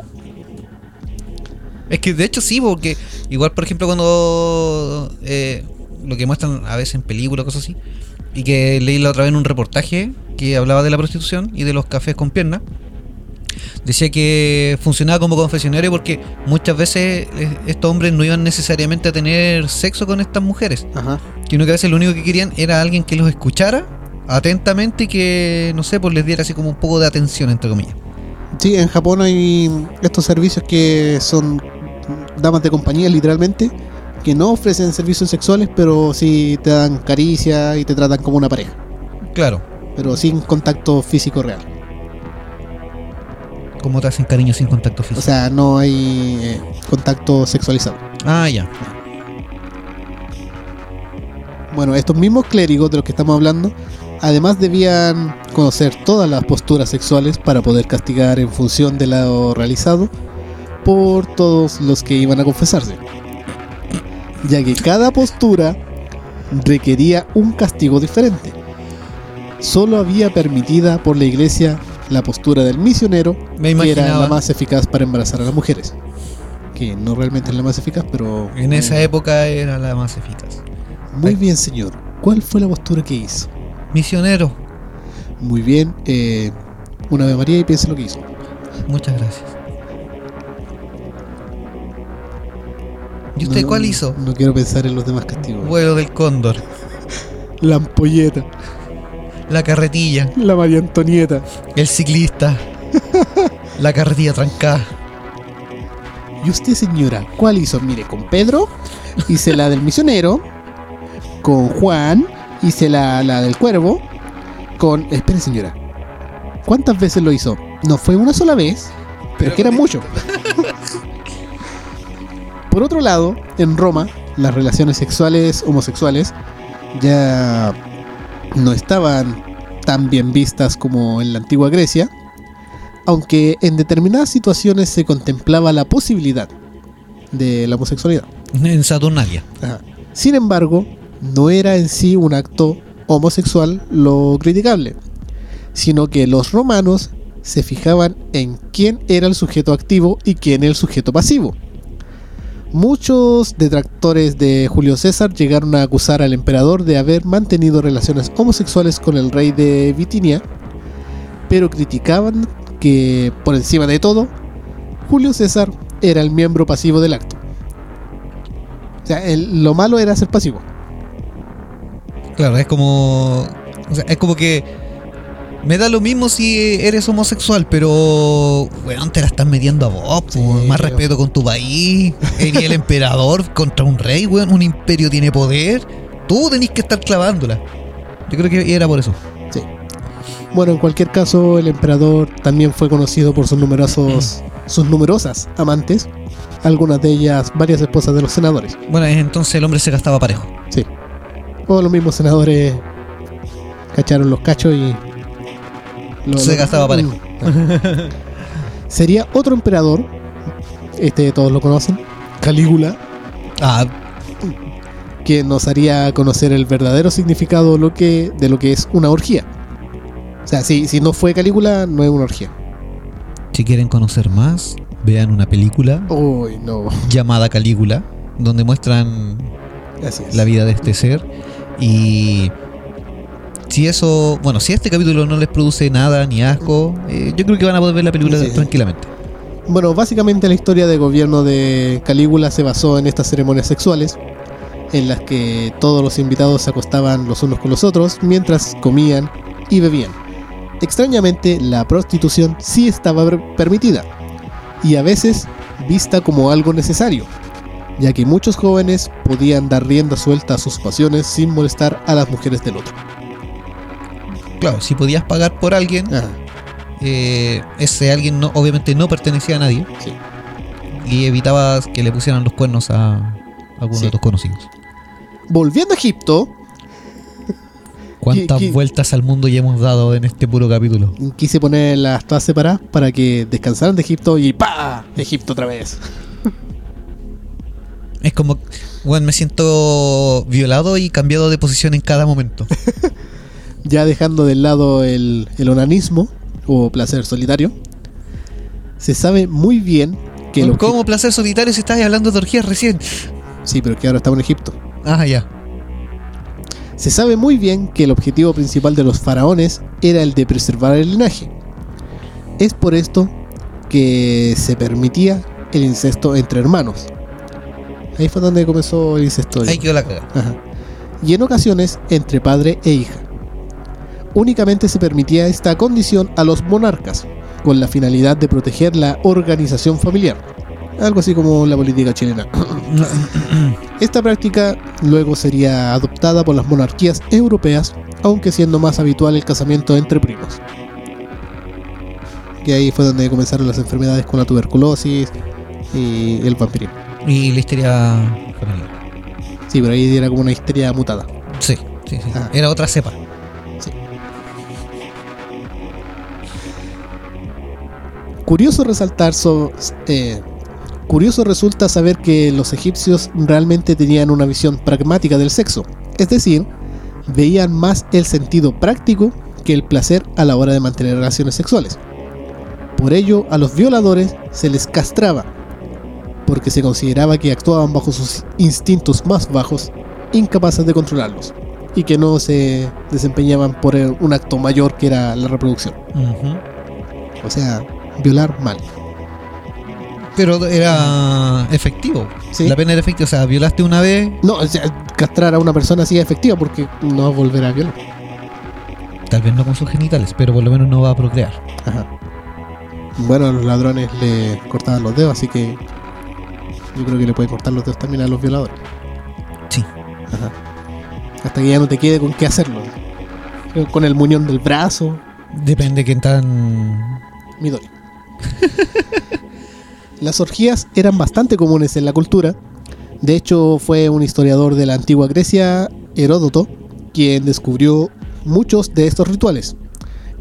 S1: Es que de hecho sí, porque igual, por ejemplo, cuando eh, lo que muestran a veces en películas, cosas así, y que leí la otra vez en un reportaje que hablaba de la prostitución y de los cafés con piernas, decía que funcionaba como confesionario porque muchas veces eh, estos hombres no iban necesariamente a tener sexo con estas mujeres.
S4: Ajá.
S1: Sino que a veces lo único que querían era alguien que los escuchara atentamente y que, no sé, pues les diera así como un poco de atención, entre comillas.
S4: Sí, en Japón hay estos servicios que son damas de compañía, literalmente, que no ofrecen servicios sexuales, pero sí te dan caricia y te tratan como una pareja,
S1: Claro,
S4: pero sin contacto físico real.
S1: como te hacen cariño sin contacto
S4: O
S1: físico.
S4: sea, no hay eh, contacto sexualizado.
S1: ah, ya.
S4: Bueno, estos mismos clérigos de los que estamos hablando, además debían conocer todas las posturas sexuales para poder castigar en función de lo realizado por todos los que iban a confesarse. Ya que cada postura requería un castigo diferente. Solo había permitida por la iglesia la postura del misionero,
S1: Me
S4: que era
S1: imaginaba.
S4: la más eficaz para embarazar a las mujeres. Que no realmente es la más eficaz, pero...
S1: En esa época era la más eficaz.
S4: Muy bien, señor. ¿Cuál fue la postura que hizo?
S1: Misionero,
S4: Muy bien, eh, una Ave María y piensa lo que hizo.
S1: muchas gracias. ¿Y usted
S4: No,
S1: cuál hizo?
S4: No quiero pensar en los demás castigos.
S1: Vuelo del cóndor,
S4: La ampolleta,
S1: la carretilla,
S4: la María Antonieta.
S1: el ciclista, la carretilla trancada.
S4: Y usted, señora, ¿cuál hizo? Mire, con Pedro hice la del misionero, con Juan hice la, la del cuervo, con... Espere, señora. ¿Cuántas veces lo hizo? No fue una sola vez, pero
S1: Pero
S4: es que era
S1: con-
S4: mucho. Por otro lado, en Roma, las relaciones sexuales homosexuales ya no estaban tan bien vistas como en la antigua Grecia, aunque en determinadas situaciones se contemplaba la posibilidad de la homosexualidad.
S1: En Saturnalia.
S4: Ajá. Sin embargo, no era en sí un acto homosexual lo criticable, sino que los romanos se fijaban en quién era el sujeto activo y quién el sujeto pasivo. Muchos detractores de Julio César llegaron a acusar al emperador de haber mantenido relaciones homosexuales con el rey de Bitinia, pero criticaban que, por encima de todo, Julio César era el miembro pasivo del acto. O sea, el- lo malo era ser pasivo.
S1: Claro, es como. o sea, es como que. Me da lo mismo si eres homosexual, pero. Weón, te la estás mediando a vos, po,
S4: Sí,
S1: Más
S4: creo.
S1: respeto con tu país. Eres el emperador contra un rey, weón. Un imperio tiene poder. Tú tenés que estar clavándola. Yo creo que era por eso.
S4: Bueno, en cualquier caso, el emperador también fue conocido por sus numerosos, sus numerosas amantes, algunas de ellas varias esposas de los senadores,
S1: Bueno, entonces el hombre se gastaba parejo.
S4: o los mismos senadores cacharon los cachos y lo-
S1: Se
S4: lo-
S1: gastaba parejo.
S4: Mm. Sería otro emperador, este todos lo conocen, Calígula,
S1: Ah,
S4: quien nos haría conocer el verdadero significado lo que, de lo que es una orgía. O sea, si, si no fue Calígula, no es una orgía.
S1: si quieren conocer más, vean una película
S4: Uy, no.
S1: llamada Calígula, donde muestran
S4: Así es.
S1: la vida de este ser. Y si eso, bueno, si este capítulo no les produce nada ni asco, eh, yo creo que van a poder ver la película
S4: Sí.
S1: tranquilamente.
S4: Bueno, básicamente la historia de gobierno de Calígula se basó en estas ceremonias sexuales, en las que todos los invitados se acostaban los unos con los otros mientras comían y bebían. Extrañamente, la prostitución sí estaba per- permitida, y a veces vista como algo necesario, ya que muchos jóvenes podían dar rienda suelta a sus pasiones sin molestar a las mujeres del otro.
S1: Claro, si podías pagar por alguien,
S4: Ajá,
S1: eh, ese alguien no, obviamente no pertenecía a nadie
S4: sí.
S1: y evitabas que le pusieran los cuernos a alguno
S4: Sí.
S1: de tus conocidos.
S4: Volviendo a Egipto,
S1: ¿Cuántas
S4: qué-
S1: vueltas al mundo ya hemos dado en este puro capítulo?
S4: quise poner las todas separadas para que descansaran de Egipto y ¡pa! Egipto otra vez.
S1: Es como, bueno, me siento violado y cambiado de posición en cada momento.
S4: Ya dejando de lado el, el onanismo o placer solitario, se sabe muy bien que lo
S1: Como placer solitario si estabas hablando de orgías recién.
S4: Sí, pero que ahora estamos en Egipto.
S1: Ah, ya.
S4: Se sabe muy bien que el objetivo principal de los faraones era el de preservar el linaje. Es por esto que se permitía el incesto entre hermanos. Ahí fue donde comenzó el incesto.
S1: Ahí
S4: digamos.
S1: quedó la cagada.
S4: Ajá. y en ocasiones entre padre e hija. Únicamente se permitía esta condición a los monarcas, con la finalidad de proteger la organización familiar, algo así como la política chilena. Esta práctica luego sería adoptada por las monarquías europeas, aunque siendo más habitual el casamiento entre primos. Y ahí fue donde comenzaron las enfermedades con la tuberculosis y el vampirismo.
S1: Y la histeria femenina.
S4: Sí, pero ahí era como una histeria mutada.
S1: Sí, sí, sí.
S4: Ah.
S1: Era otra cepa.
S4: Curioso resaltar so- eh, curioso resulta saber que los egipcios realmente tenían una visión pragmática del sexo, es decir, veían más el sentido práctico que el placer a la hora de mantener relaciones sexuales. Por ello, a los violadores se les castraba, porque se consideraba que actuaban bajo sus instintos más bajos, incapaces de controlarlos, y que no se desempeñaban por el- un acto mayor que era la reproducción.
S1: Ujú.
S4: O sea, violar mal.
S1: Pero era efectivo.
S4: Sí.
S1: La pena era efectiva. O sea, violaste una vez,
S4: No, o sea, castrar a una persona así es efectiva porque no va a volver a violar.
S1: tal vez no con sus genitales, pero por lo menos no va a procrear.
S4: Ajá. Bueno, a los ladrones le cortaban los dedos, así que yo creo que le puede cortar los dedos también a los violadores.
S1: Sí.
S4: Ajá. Hasta que ya no te quede con qué hacerlo. Con el muñón del brazo,
S1: Depende que tan.
S4: Midori. Las orgías eran bastante comunes en la cultura. De hecho, fue un historiador de la antigua Grecia, Heródoto, quien descubrió muchos de estos rituales.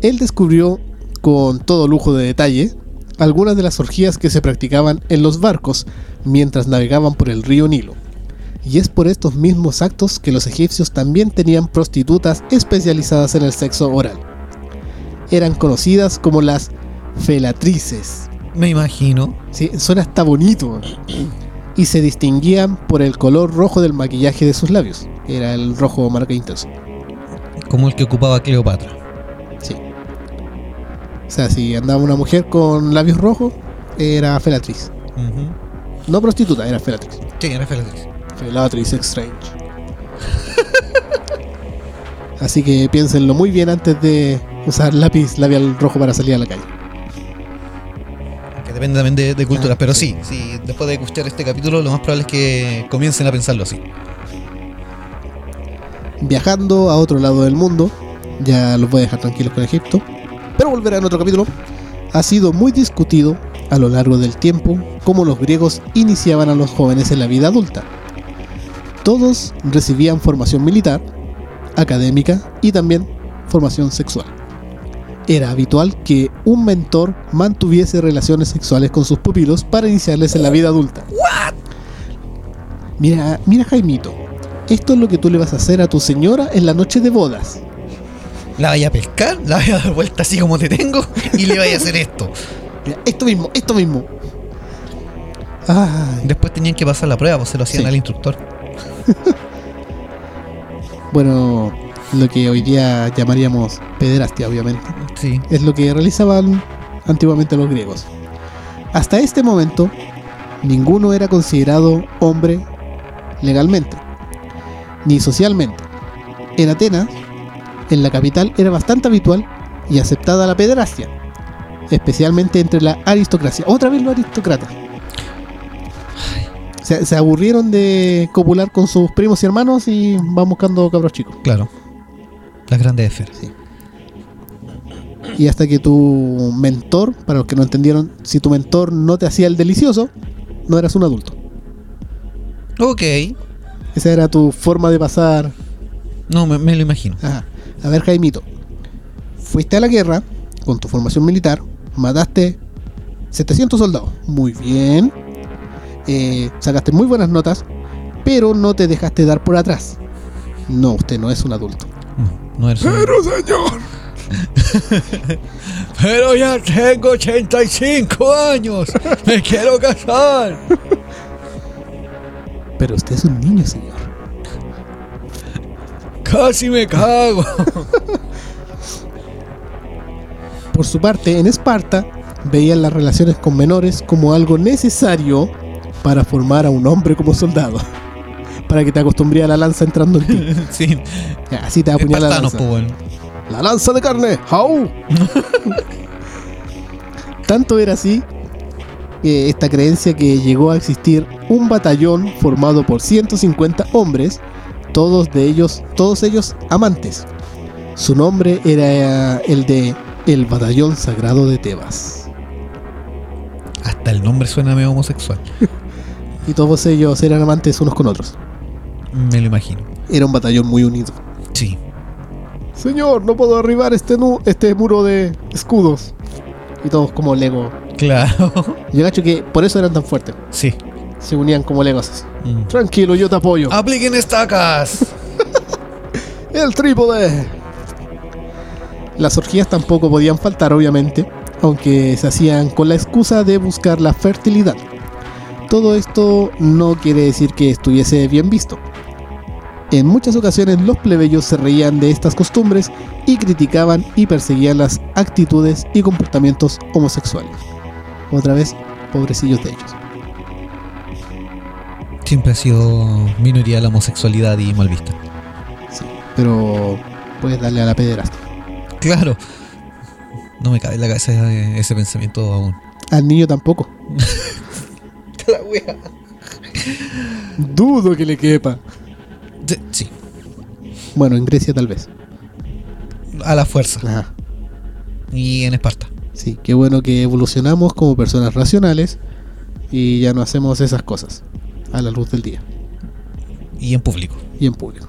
S4: Él descubrió con todo lujo de detalle algunas de las orgías que se practicaban en los barcos mientras navegaban por el río Nilo. Y es por estos mismos actos que los egipcios también tenían prostitutas especializadas en el sexo oral. Eran conocidas como las felatrices.
S1: Me imagino.
S4: Sí, suena hasta bonito. Y se distinguían por el color rojo del maquillaje de sus labios. Era el rojo marca intenso.
S1: Como el que ocupaba Cleopatra.
S4: Sí. O sea, si andaba una mujer con labios rojos, era felatriz.
S1: Ujú.
S4: No prostituta, era felatriz.
S1: Sí, era feliz.
S4: Felatriz Strange. Así que piénsenlo muy bien antes de usar lápiz labial rojo para salir a la calle.
S1: Que depende también de, de culturas,
S4: Ah,
S1: pero
S4: sí.
S1: sí. sí, después de escuchar este capítulo, lo más probable es que comiencen a pensarlo así.
S4: Viajando a otro lado del mundo, ya los voy a dejar tranquilos con Egipto, pero volverá en otro capítulo. Ha sido muy discutido a lo largo del tiempo cómo los griegos iniciaban a los jóvenes en la vida adulta. Todos recibían formación militar, académica y también formación sexual. Era habitual que un mentor mantuviese relaciones sexuales con sus pupilos para iniciarles en la vida adulta. Mira, mira Jaimito, esto es lo que tú le vas a hacer a tu señora en la noche de bodas.
S1: La vaya a pescar, la vaya a dar vuelta así como te tengo y le vaya a hacer esto.
S4: Mira, esto mismo, esto mismo. Ay,
S1: Después tenían que pasar la prueba, pues se lo hacían
S4: Sí.
S1: al instructor.
S4: bueno, lo que hoy día llamaríamos pederastia, obviamente.
S1: Sí.
S4: Es lo que realizaban antiguamente los griegos. Hasta este momento, ninguno era considerado hombre legalmente, ni socialmente. En Atenas, en la capital, era bastante habitual y aceptada la pederastia, especialmente entre la aristocracia. Otra vez los aristócratas. Se, se aburrieron de copular con sus primos y hermanos y van buscando cabros chicos.
S1: Claro. Las grandes esferas.
S4: y hasta que tu mentor, para los que no entendieron, si tu mentor no te hacía el delicioso, no eras un adulto.
S1: Ok.
S4: Esa era tu forma de pasar.
S1: No, me, me lo imagino.
S4: Ajá. A ver, Jaimito, fuiste a la guerra con tu formación militar, mataste 700 soldados. Muy bien. Eh, sacaste muy buenas notas, pero no te dejaste dar por atrás. No, usted no es un adulto.
S1: No, no eres un-
S4: señor.
S1: Pero ya tengo 85 años. Me quiero casar.
S4: Pero usted es un niño, señor.
S1: Casi me cago.
S4: Por su parte, en Esparta veían las relaciones con menores como algo necesario para formar a un hombre como soldado. Para que te acostumbré a la lanza entrando en ti.
S1: sí.
S4: Ya, Así te apuñala la
S1: Espartanos,
S4: lanza.
S1: pues bueno.
S4: ¡La lanza de carne! ¡Jau! Tanto era así eh, esta creencia que llegó a existir un batallón formado por 150 hombres, todos de ellos, todos ellos amantes. Su nombre era eh, el de el Batallón Sagrado de Tebas.
S1: Hasta el nombre suena medio homosexual.
S4: Y todos ellos eran amantes unos con otros.
S1: Me lo imagino.
S4: Era un batallón muy unido.
S1: Sí.
S4: Señor, no puedo derribar este, nu- este muro de escudos. Y todos como Lego.
S1: Claro.
S4: Yo cacho que por eso eran tan fuertes.
S1: Sí.
S4: se unían como legos. así.
S1: Mm.
S4: Tranquilo, yo te apoyo.
S1: Apliquen estacas.
S4: El trípode. Las orgías tampoco podían faltar, obviamente, aunque se hacían con la excusa de buscar la fertilidad. Todo esto no quiere decir que estuviese bien visto. En muchas ocasiones los plebeyos se reían de estas costumbres y criticaban y perseguían las actitudes y comportamientos homosexuales. Otra vez, pobrecillos de ellos.
S1: Siempre ha sido minoría la homosexualidad y mal vista.
S4: Sí, pero puedes darle a la pederastia.
S1: Claro. No me cabe en la cabeza eh, ese pensamiento aún.
S4: Al niño tampoco.
S1: La wea.
S4: Dudo que le quepa.
S1: Sí.
S4: Bueno, en Grecia tal vez.
S1: A la fuerza.
S4: Ajá.
S1: Y en Esparta.
S4: Sí, qué bueno que evolucionamos como personas racionales y ya no hacemos esas cosas a la luz del día
S1: Y en público.
S4: y en público.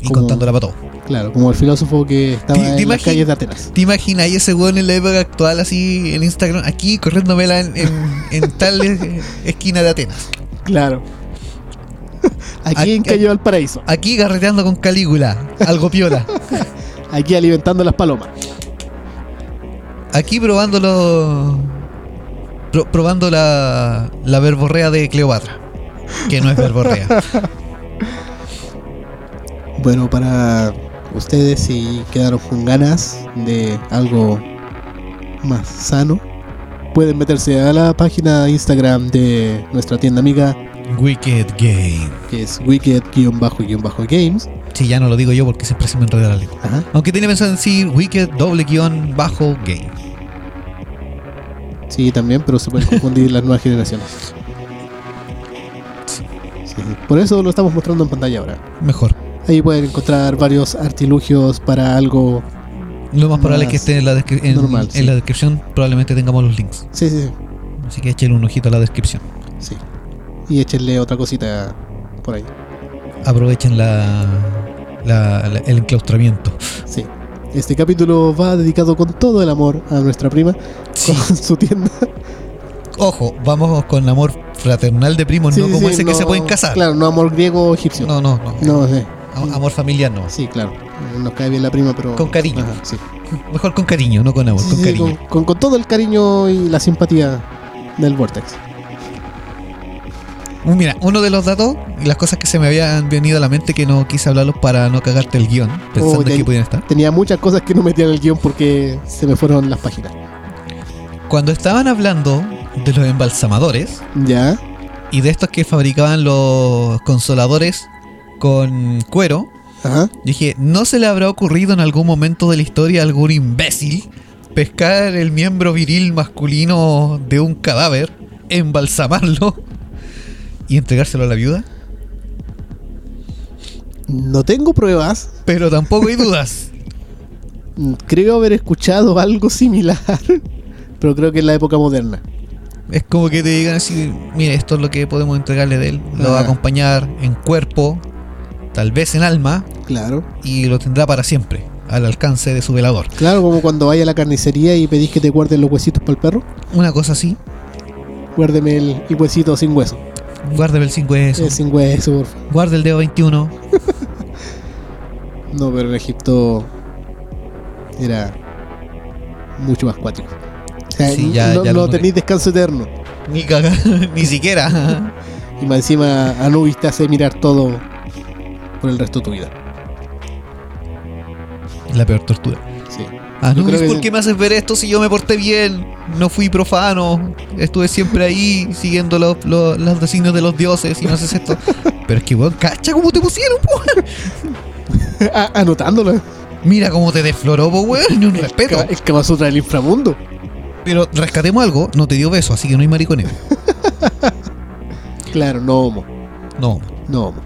S1: y
S4: Como-
S1: contándola para todos.
S4: Claro, como el filósofo que estaba
S1: ¿Te- te
S4: en las
S1: imagi-
S4: calles de Atenas.
S1: ¿Te imaginas ahí ese weón en la época actual así en Instagram, aquí corriéndomela en, en, en tal eh, esquina de Atenas?
S4: Claro. Aquí en
S1: Aquí-
S4: Cayó al Paraíso.
S1: Aquí garreteando con Calígula, algo piola.
S4: Aquí alimentando las palomas.
S1: Aquí probando los- pro- probando la, la verborrea de Cleopatra. Que no es verborrea.
S4: Bueno, para ustedes si quedaron con ganas de algo más sano, pueden meterse a la página Instagram de nuestra tienda amiga,
S1: Wicked Game.
S4: que es wicked-games.
S1: Si ya no lo digo yo porque siempre se me enreda la lengua.
S4: Ajá.
S1: Aunque tiene pensado en decir Wicked doble guión bajo game.
S4: Sí, también, pero se pueden confundir las nuevas generaciones. Sí, Por eso lo estamos mostrando en pantalla ahora.
S1: Mejor.
S4: Ahí pueden encontrar varios artilugios para algo.
S1: Lo más probable es que
S4: Más
S1: esté en la, descri- en-
S4: normal,
S1: en
S4: sí.
S1: la descripción. Probablemente tengamos los links.
S4: Sí, sí, sí,
S1: Así que échale un ojito a la descripción.
S4: sí. Y échenle otra cosita por ahí.
S1: aprovechen la, la- la- el enclaustramiento.
S4: Sí. Este capítulo va dedicado con todo el amor a nuestra prima, con su tienda.
S1: Ojo, vamos con amor fraternal de primos,
S4: Sí,
S1: no
S4: sí,
S1: como
S4: sí,
S1: ese que
S4: no-
S1: se pueden casar.
S4: Claro, no amor griego o egipcio.
S1: No, no, no.
S4: No, sí.
S1: A- Amor familiar no.
S4: Sí, claro. Nos cae bien la prima, pero.
S1: Con cariño.
S4: Ajá, sí.
S1: Mejor con cariño, no con amor,
S4: Sí,
S1: con
S4: sí,
S1: cariño.
S4: con- con- con todo el cariño y la simpatía del Vortex.
S1: Uh, Mira, uno de los datos y las cosas que se me habían venido a la mente que no quise hablarlos para no cagarte el guión, pensando
S4: Oh, ya-
S1: que pudieran estar.
S4: Tenía muchas cosas que no metía en el guión porque se me fueron las páginas.
S1: Cuando estaban hablando de los embalsamadores
S4: Ya,
S1: y de estos que fabricaban los consoladores con cuero,
S4: ajá.
S1: Dije, ¿no se le habrá ocurrido en algún momento de la historia a algún imbécil pescar el miembro viril masculino de un cadáver, embalsamarlo y entregárselo a la viuda?
S4: No tengo pruebas.
S1: Pero tampoco hay dudas.
S4: Creo haber escuchado algo similar, pero creo que en la época moderna.
S1: Es como que te digan así, mire, esto es lo que podemos entregarle de él. Lo va a
S4: Ah.
S1: acompañar en cuerpo, tal vez en alma,
S4: Claro.
S1: y lo tendrá para siempre, al alcance de su velador.
S4: Claro, como cuando vaya a la carnicería y pedís que te guarden los huesitos para el perro.
S1: Una cosa así,
S4: Guárdeme el, el huesito sin hueso.
S1: guárdeme el 5
S4: Eh,
S1: s
S4: sin hueso, por favor.
S1: guarde el dedo 21.
S4: No, pero en Egipto era mucho más cuático. O sea,
S1: Sí, ya-
S4: no,
S1: ya lo
S4: no tenéis descanso eterno.
S1: Ni cagar, ni siquiera.
S4: Y más encima Anubis te hace mirar todo por el resto de tu vida.
S1: La peor tortura.
S4: Sí.
S1: Ah,
S4: Yo
S1: no,
S4: creo que
S1: ¿por
S4: sí.
S1: qué me haces ver esto si yo me porté bien? No fui profano, estuve siempre ahí siguiendo los, los, los designios de los dioses y no haces esto. Pero es que, weón, cacha cómo te pusieron, po.
S4: Ah, anotándolo.
S1: Mira cómo te desfloró, po, weón, ni un respeto.
S4: Ca- El Kama Sutra del inframundo.
S1: Pero rescatemos algo, no te dio beso, así que no hay mariconeo.
S4: Claro, no homo.
S1: No.
S4: No homo.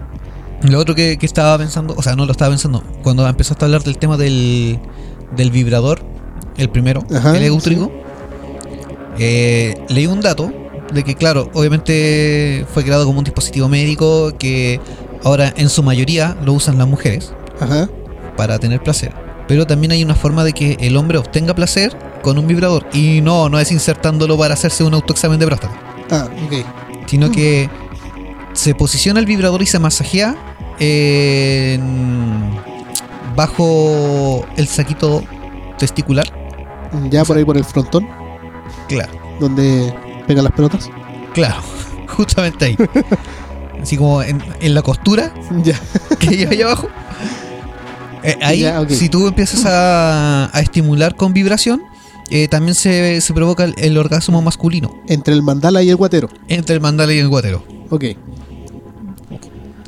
S1: Lo otro que, que estaba pensando, o sea, no lo estaba pensando, cuando empezaste a hablar del tema del, del vibrador, el primero,
S4: Ajá,
S1: el eléctrico, eh, leí un dato de que, claro, obviamente fue creado como un dispositivo médico que ahora en su mayoría lo usan las mujeres
S4: Ajá.
S1: para tener placer. Pero también hay una forma de que el hombre obtenga placer con un vibrador. Y no, no es insertándolo para hacerse un autoexamen de próstata
S4: Ah, ok.
S1: sino que se posiciona el vibrador y se masajea en- bajo el saquito testicular.
S4: Ya por ahí por el frontón,
S1: Claro,
S4: donde pegan las pelotas.
S1: claro, justamente ahí. Así como en, en la costura
S4: Ya.
S1: que lleva ahí abajo. Eh, ahí,
S4: Ya, ok.
S1: si tú empiezas a, a estimular con vibración, eh, también se, se provoca el, el orgasmo masculino
S4: Entre el mandala y el guatero.
S1: entre el mandala y el guatero,
S4: Ok.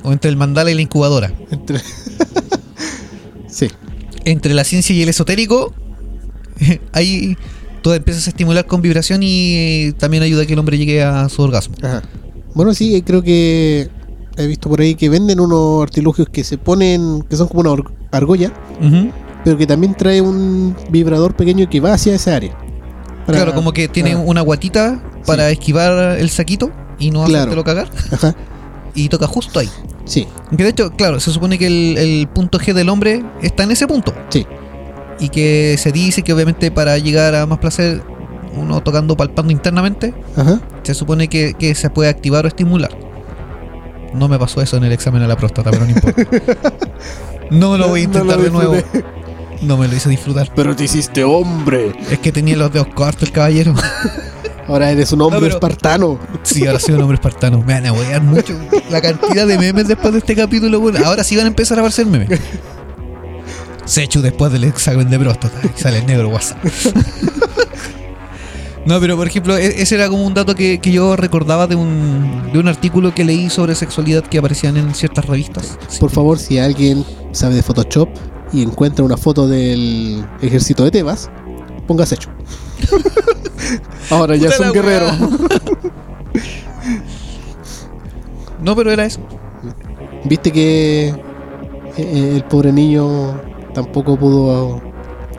S1: o entre el mandala y la incubadora.
S4: Entre. sí.
S1: entre la ciencia y el esotérico, ahí tú empiezas a estimular con vibración y eh, también ayuda a que el hombre llegue a su orgasmo.
S4: Ajá. Bueno, sí, eh, creo que he visto por ahí que venden unos artilugios que se ponen, que son como una or- argolla, pero que también trae un vibrador pequeño que va hacia esa área. Para-
S1: Claro, como que tiene
S4: ah,
S1: una guatita para esquivar el saquito y no
S4: Claro.
S1: hacértelo cagar.
S4: Ajá.
S1: y toca justo ahí.
S4: Sí,
S1: Que de hecho, claro, se supone que el, el punto G del hombre está en ese punto.
S4: sí.
S1: Y que se dice que obviamente para llegar a más placer, uno tocando, palpando internamente,
S4: Ajá.
S1: se supone que, que se puede activar o estimular. No me pasó eso en el examen a la próstata, pero no importa. No lo voy a
S4: No, no
S1: intentar
S4: lo
S1: de nuevo.
S4: disfruté.
S1: No me lo hice disfrutar.
S4: Pero te hiciste hombre.
S1: Es que tenía los dedos cortos el caballero.
S4: Ahora eres un hombre
S1: No, pero-
S4: espartano.
S1: Sí, ahora soy un hombre espartano. Me van a wear mucho. La cantidad de memes después de este capítulo, bueno, ahora sí van a empezar a aparecer memes. Sechu después del examen de próstata. y Sale el negro WhatsApp. No, pero por ejemplo, e- ese era como un dato que, que yo recordaba de un, de un artículo que leí sobre sexualidad que aparecían en ciertas revistas.
S4: Por favor, si alguien sabe de Photoshop y encuentra una foto del ejército de Tebas, póngase hecho. Ahora ya
S1: Puta
S4: es un
S1: la
S4: guerrero.
S1: weá. No, pero era eso.
S4: Viste que eh, el pobre niño tampoco pudo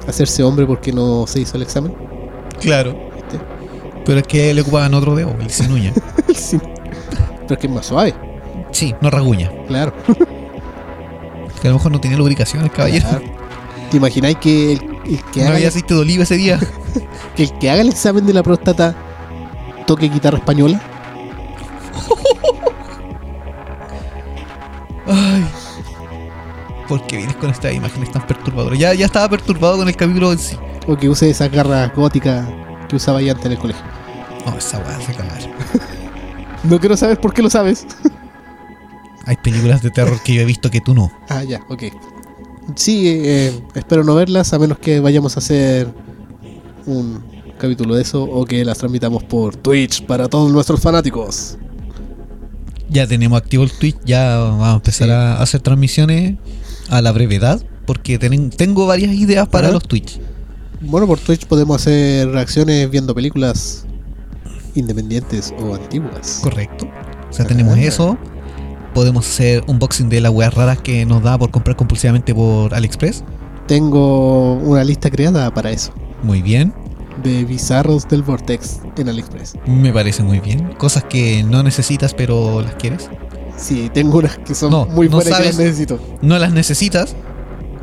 S4: hacerse hombre porque no se hizo el examen.
S1: Claro. Pero es que le ocupaban otro dedo, el sin uña.
S4: Sí. Pero es que es más suave,
S1: Sí, no rasguña.
S4: claro.
S1: Que a lo mejor no tenía lubricación el caballero.
S4: Claro. Ah, ¿Te imagináis que el, el que,
S1: No
S4: haga
S1: había aceite de oliva ese día.
S4: que el que haga el examen de la próstata toque guitarra española?
S1: Ay. ¿Por qué vienes con estas imágenes tan perturbadoras? Ya, ya estaba perturbado con el capítulo en sí.
S4: ¿O que use esas garras góticas que usaba ya antes en el colegio?
S1: No, esa weá se cagar.
S4: No quiero saber por qué lo sabes.
S1: Hay películas de terror que yo he visto que tú no.
S4: Ah, ya, ok. Sí, eh, eh, espero no verlas a menos que vayamos a hacer un capítulo de eso o que las transmitamos por Twitch para todos nuestros fanáticos.
S1: Ya tenemos activo el Twitch, ya vamos a empezar
S4: Sí.
S1: a hacer transmisiones a la brevedad. Porque tenen- tengo varias ideas para
S4: Ajá.
S1: los Twitch.
S4: Bueno, por Twitch podemos hacer reacciones viendo películas independientes o antiguas.
S1: Correcto. O sea, tenemos
S4: Ajá.
S1: eso. Podemos hacer unboxing de las weas raras que nos da por comprar compulsivamente por AliExpress.
S4: Tengo una lista creada para eso,
S1: Muy bien.
S4: de bizarros del Vortex en AliExpress.
S1: Me parece muy bien. Cosas que no necesitas pero las quieres.
S4: Sí, tengo unas que son
S1: No,
S4: muy
S1: no
S4: buenas que
S1: sabes.
S4: las necesito.
S1: No las necesitas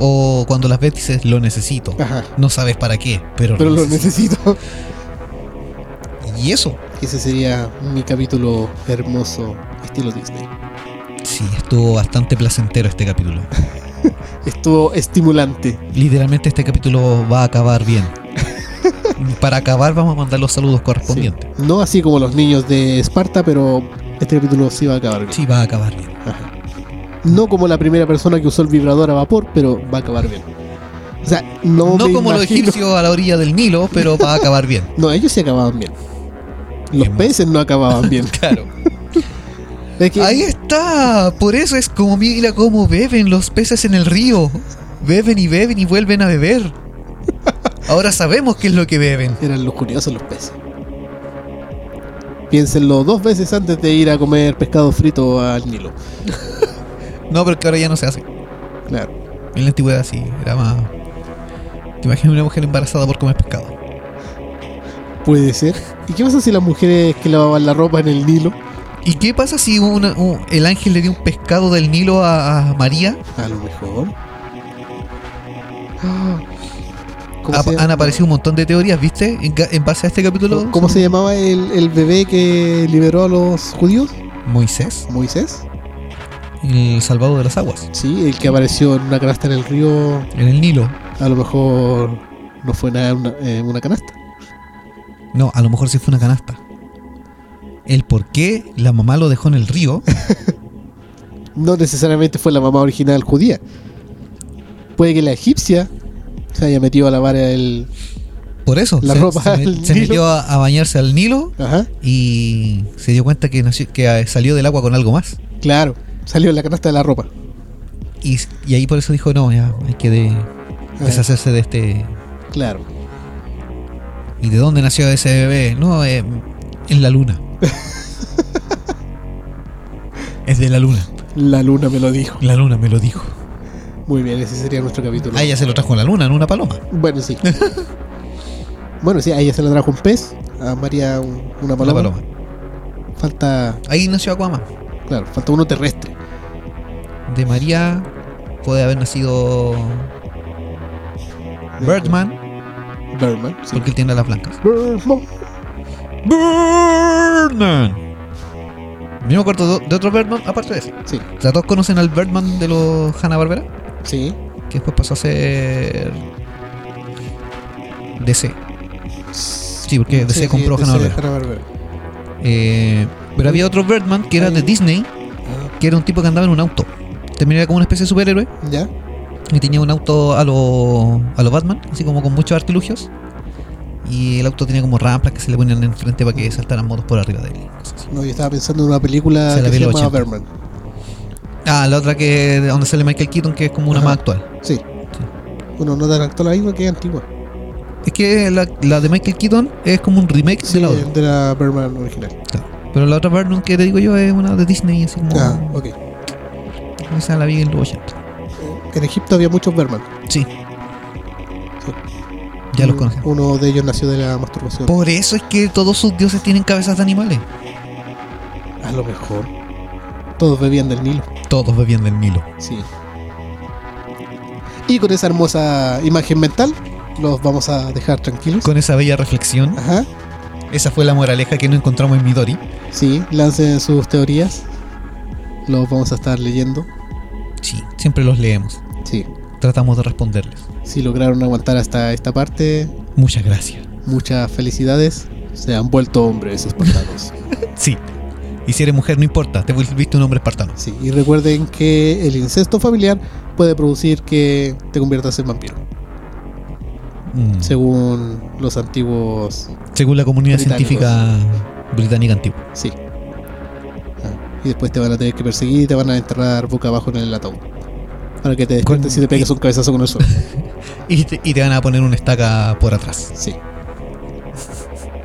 S1: o cuando las ves dices lo necesito.
S4: Ajá,
S1: No sabes para qué, pero,
S4: pero
S1: lo
S4: lo
S1: necesitas.
S4: necesito.
S1: Y eso,
S4: Ese sería mi capítulo hermoso, estilo Disney.
S1: sí, estuvo bastante placentero este capítulo.
S4: Estuvo estimulante.
S1: Literalmente este capítulo va a acabar bien. Para acabar vamos a mandar los saludos correspondientes.
S4: Sí. No así como los niños de Esparta, pero este capítulo sí va a acabar bien.
S1: Sí, va a acabar bien.
S4: Ajá. No como la primera persona que usó el vibrador a vapor, pero va a acabar bien. O sea, no,
S1: No
S4: me
S1: como los
S4: imagino-
S1: egipcios a la orilla del Nilo, pero va a acabar bien.
S4: No, ellos sí acababan bien. Los
S1: Bien.
S4: peces no acababan bien.
S1: Claro.
S4: Es que-
S1: Ahí está, por eso es como mira cómo beben los peces en el río. Beben y beben y vuelven a beber. Ahora sabemos qué es lo que beben.
S4: Eran los curiosos los peces. Piénsenlo dos veces antes de ir a comer pescado frito al Nilo.
S1: No, pero que ahora ya no se hace.
S4: Claro.
S1: En la antigüedad sí, era más. Te imaginas una mujer embarazada por comer pescado.
S4: Puede ser. ¿Y qué pasa si las mujeres que lavaban la ropa en el Nilo?
S1: ¿Y qué pasa si una- un- el ángel le dio un pescado del Nilo a, a María?
S4: A lo mejor. Ah. ¿Cómo,
S1: Ha-
S4: se,
S1: han aparecido un montón de teorías, ¿viste? En, ca- en base a este capítulo.
S4: ¿Cómo se llamaba el, el bebé que liberó a los judíos?
S1: Moisés,
S4: Moisés.
S1: el salvado de las aguas.
S4: Sí, el que apareció en una canasta en el río.
S1: En el Nilo.
S4: A lo mejor no fue nada una, eh, una canasta.
S1: No, a lo mejor sí fue una canasta. El por qué la mamá lo dejó en el río.
S4: No necesariamente fue la mamá original judía. Puede que la egipcia se haya metido a lavar el.
S1: Por eso.
S4: La
S1: se,
S4: ropa
S1: se,
S4: al
S1: se
S4: Nilo.
S1: metió a, a bañarse al Nilo
S4: Ajá,
S1: y se dio cuenta que, nació- que eh, salió del agua con algo más.
S4: claro. Salió en la canasta de la ropa.
S1: Y, y ahí por eso dijo, no, ya hay que de-
S4: Ah.
S1: deshacerse de este...
S4: Claro.
S1: ¿Y de dónde nació ese bebé? No, eh, en la luna. es de la luna.
S4: La luna me lo dijo.
S1: La luna me lo dijo.
S4: Muy bien, ese sería nuestro capítulo.
S1: Ah, ella se lo trajo en la luna, en una paloma.
S4: Bueno, sí. bueno, sí, a ella se la trajo un pez, a María un- una
S1: Una
S4: paloma.
S1: paloma.
S4: Falta
S1: Ahí nació Aquaman.
S4: Claro, falta uno terrestre.
S1: De María puede haber nacido Birdman,
S4: Birdman, sí.
S1: porque él tiene las blancas.
S4: Birdman.
S1: Birdman. Yo me acuerdo de- de otro Birdman aparte de ese.
S4: Sí,
S1: O sea, todos conocen al Birdman de los Hanna-Barbera,
S4: sí,
S1: que después pasó a ser DC. Sí, porque DC
S4: Sí,
S1: compró
S4: sí,
S1: Hanna-Barbera.
S4: Hanna-Barbera.
S1: Eh, pero había otro Birdman que era de Disney,
S4: Ah,
S1: que era un tipo que andaba en un auto. También era como una especie de superhéroe
S4: ¿Ya?
S1: y tenía un auto a lo, a lo Batman, así como con muchos artilugios. Y el auto tenía como rampas que se le ponían enfrente para que saltaran motos por arriba de él. y cosas así.
S4: No, yo estaba pensando en una película
S1: Se la vi
S4: que se
S1: en los
S4: llama
S1: 80.
S4: Birdman.
S1: Ah, la otra que donde sale Michael Keaton, que es como una
S4: Ajá.
S1: más actual.
S4: Sí. Bueno, no tan actual ahí porque es antigua.
S1: Es que la, la de Michael Keaton es como un remake de la otra.
S4: Eh, de la Birdman original.
S1: Claro. Pero la otra Birdman que te digo yo es una de Disney, así como.
S4: Ah, ok.
S1: Esa la vi en los 80.
S4: En Egipto había muchos Birdman.
S1: Sí. Ya los
S4: Uno-
S1: conocemos.
S4: Uno de ellos nació de la masturbación.
S1: Por eso es que todos sus dioses tienen cabezas de animales.
S4: A lo mejor. Todos bebían del Nilo.
S1: Todos bebían del Nilo.
S4: Sí. Y con esa hermosa imagen mental, los vamos a dejar tranquilos.
S1: Con esa bella reflexión,
S4: Ajá.
S1: esa fue la moraleja que no encontramos en Midori.
S4: Sí, lancen sus teorías. Los vamos a estar leyendo.
S1: Sí, siempre los leemos.
S4: Sí.
S1: Tratamos de responderles.
S4: Si lograron aguantar hasta esta parte,
S1: Muchas gracias.
S4: muchas felicidades. Se han vuelto hombres espartanos.
S1: Sí. Y si eres mujer, no importa, te volviste un hombre espartano.
S4: Sí, y recuerden que el incesto familiar puede producir que te conviertas en vampiro,
S1: Mm,
S4: según los antiguos.
S1: Según la comunidad
S4: Británicos.
S1: científica británica antigua.
S4: Sí. Ah, y después te van a tener que perseguir y te van a enterrar boca abajo en el ataúd. Para que te despiertes
S1: Con-
S4: y te pegues un cabezazo con el suelo.
S1: Y te, y te van a poner una estaca por atrás.
S4: Sí,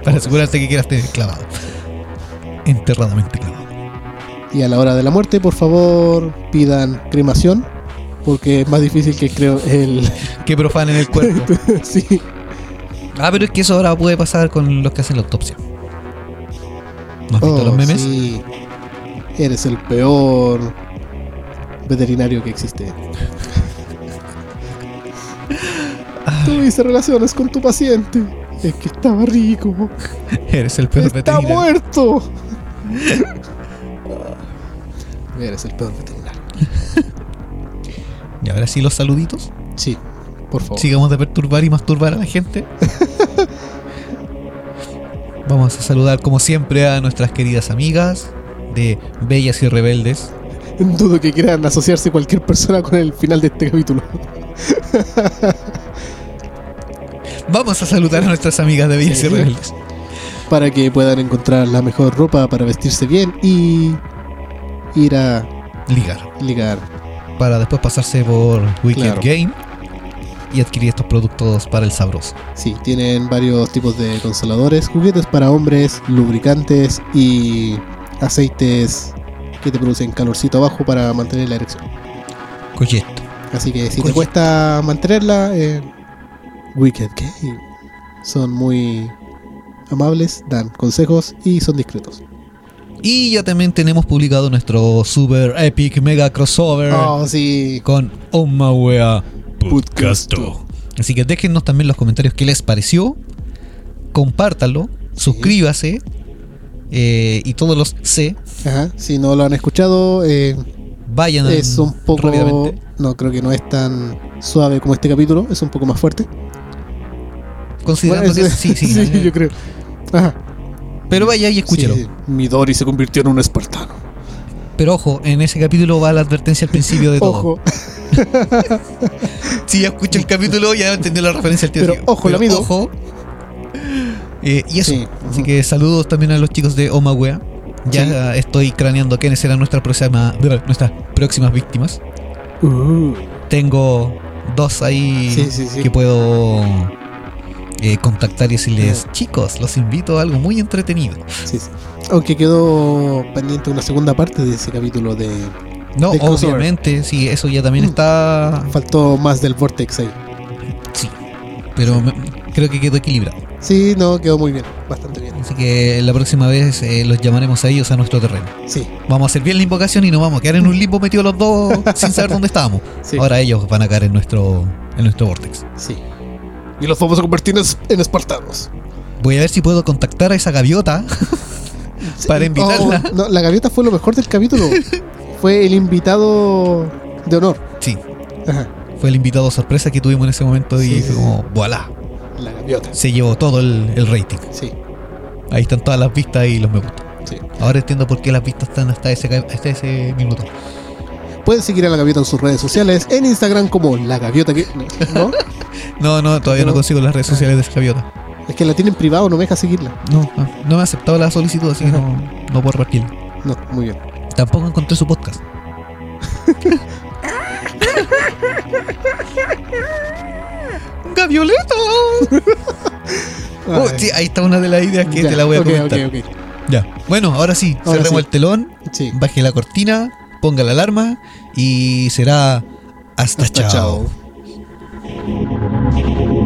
S1: Para asegurarte que quieras tener clavado. Enterradamente clavado.
S4: Y a la hora de la muerte, por favor, pidan cremación, porque es más difícil que creo el.
S1: Que profanen el cuerpo.
S4: sí.
S1: Ah, pero es que eso ahora puede pasar con los que hacen la autopsia. ¿No has visto
S4: Oh,
S1: los memes?
S4: sí. Eres el peor veterinario que existe. Tuviste relaciones con tu paciente. Es que estaba rico.
S1: Eres el peor
S4: Está
S1: veterinario.
S4: muerto. Eres el peor veterinario.
S1: Y ahora sí los saluditos.
S4: Sí, por favor.
S1: Sigamos de perturbar y masturbar a la gente. Vamos a saludar como siempre a nuestras queridas amigas de Bellas y Rebeldes.
S4: Dudo que quieran asociarse cualquier persona con el final de este capítulo.
S1: Vamos a saludar a nuestras amigas de Bellas y Rebeldes.
S4: para que puedan encontrar la mejor ropa para vestirse bien y ir a
S1: Ligar.
S4: ligar.
S1: Para después pasarse por Wicked
S4: Claro.
S1: Game y adquirir estos productos para el sabroso.
S4: Sí, tienen varios tipos de consoladores, juguetes para hombres, lubricantes y aceites que te producen calorcito abajo para mantener la erección.
S1: Coyeto.
S4: Así que si te
S1: Coño.
S4: cuesta mantenerla, eh, Wicked Game. Son muy amables, dan consejos y son discretos.
S1: Y ya también tenemos publicado nuestro super epic mega crossover.
S4: Oh, sí.
S1: con Oma Wea Podcasto. Así que déjennos también los comentarios qué les pareció. Compártanlo, suscríbase eh, y todos los C
S4: Ajá. Si no lo han escuchado, eh,
S1: vayan
S4: es un poco
S1: rápidamente.
S4: no creo que no es tan suave como este capítulo es un poco más fuerte
S1: Considerando
S4: Bueno,
S1: que
S4: es-
S1: sí, sí.
S4: yo creo Ajá.
S1: Pero vaya y escúchelo.
S4: Sí, sí. Midori se convirtió en un espartano
S1: Pero ojo, en ese capítulo va la advertencia al principio de todo.
S4: ojo
S1: Si ya escucha el capítulo, ya entendió la referencia al tío.
S4: Pero
S1: Tío.
S4: ojo, el amigo.
S1: Ojo. Eh, y eso.
S4: Sí,
S1: Así
S4: ujú.
S1: que saludos también a los chicos de Oma Wea. Ya estoy craneando quiénes serán nuestra próxima, nuestras próximas víctimas. Uh. Tengo dos ahí
S4: Sí, sí, sí.
S1: que puedo eh, contactar y decirles, chicos, los invito a algo muy entretenido.
S4: Sí, sí. aunque quedó pendiente una segunda parte de ese capítulo de
S1: No,
S4: De crossover.
S1: obviamente, sí, eso ya también
S4: Mm.
S1: está...
S4: faltó más del vortex ahí
S1: Sí, pero me- creo que quedó equilibrado.
S4: sí no quedó muy bien bastante bien
S1: Así Así que la próxima vez eh, los llamaremos a ellos a nuestro terreno.
S4: Sí,
S1: Vamos a hacer bien la invocación y nos vamos a quedar en un limbo metidos los dos sin saber dónde estábamos.
S4: Sí.
S1: Ahora ellos van a caer en nuestro, en nuestro vortex.
S4: sí. Y los vamos a convertir en, es- en espartanos.
S1: Voy a ver si puedo contactar a esa gaviota. Para
S4: Sí,
S1: invitarla.
S4: oh, no, la gaviota fue lo mejor del capítulo. fue el invitado de honor.
S1: Sí,
S4: Ajá,
S1: fue el invitado sorpresa que tuvimos en ese momento y
S4: Sí,
S1: fue
S4: sí,
S1: como, voilà,
S4: la gaviota.
S1: se llevó todo el, el rating.
S4: Sí,
S1: Ahí están todas las vistas y los me gusta.
S4: sí.
S1: Ahora entiendo por qué las vistas están hasta ese, ca- hasta ese minuto.
S4: Pueden seguir a la gaviota en sus redes sociales, en Instagram como la gaviota que. ¿No?
S1: No, no, todavía no
S4: No.
S1: consigo las redes sociales de esa gaviota.
S4: Es que la tienen privado, ah. no me deja seguirla.
S1: No, no, no me ha aceptado la solicitud, así que no, no puedo repartirla.
S4: No, muy bien.
S1: Tampoco encontré su podcast. ¡Gavioleto! Oh,
S4: Ay.
S1: sí, ahí está una de las ideas que
S4: Ya,
S1: te la voy a
S4: ok,
S1: comentar.
S4: ok, ok.
S1: Ya. Bueno, ahora sí,
S4: Ahora
S1: cerremos
S4: sí.
S1: el telón,
S4: Sí.
S1: baje la cortina, ponga la alarma y será hasta,
S4: Hasta
S1: chao.
S4: chao.
S3: Thank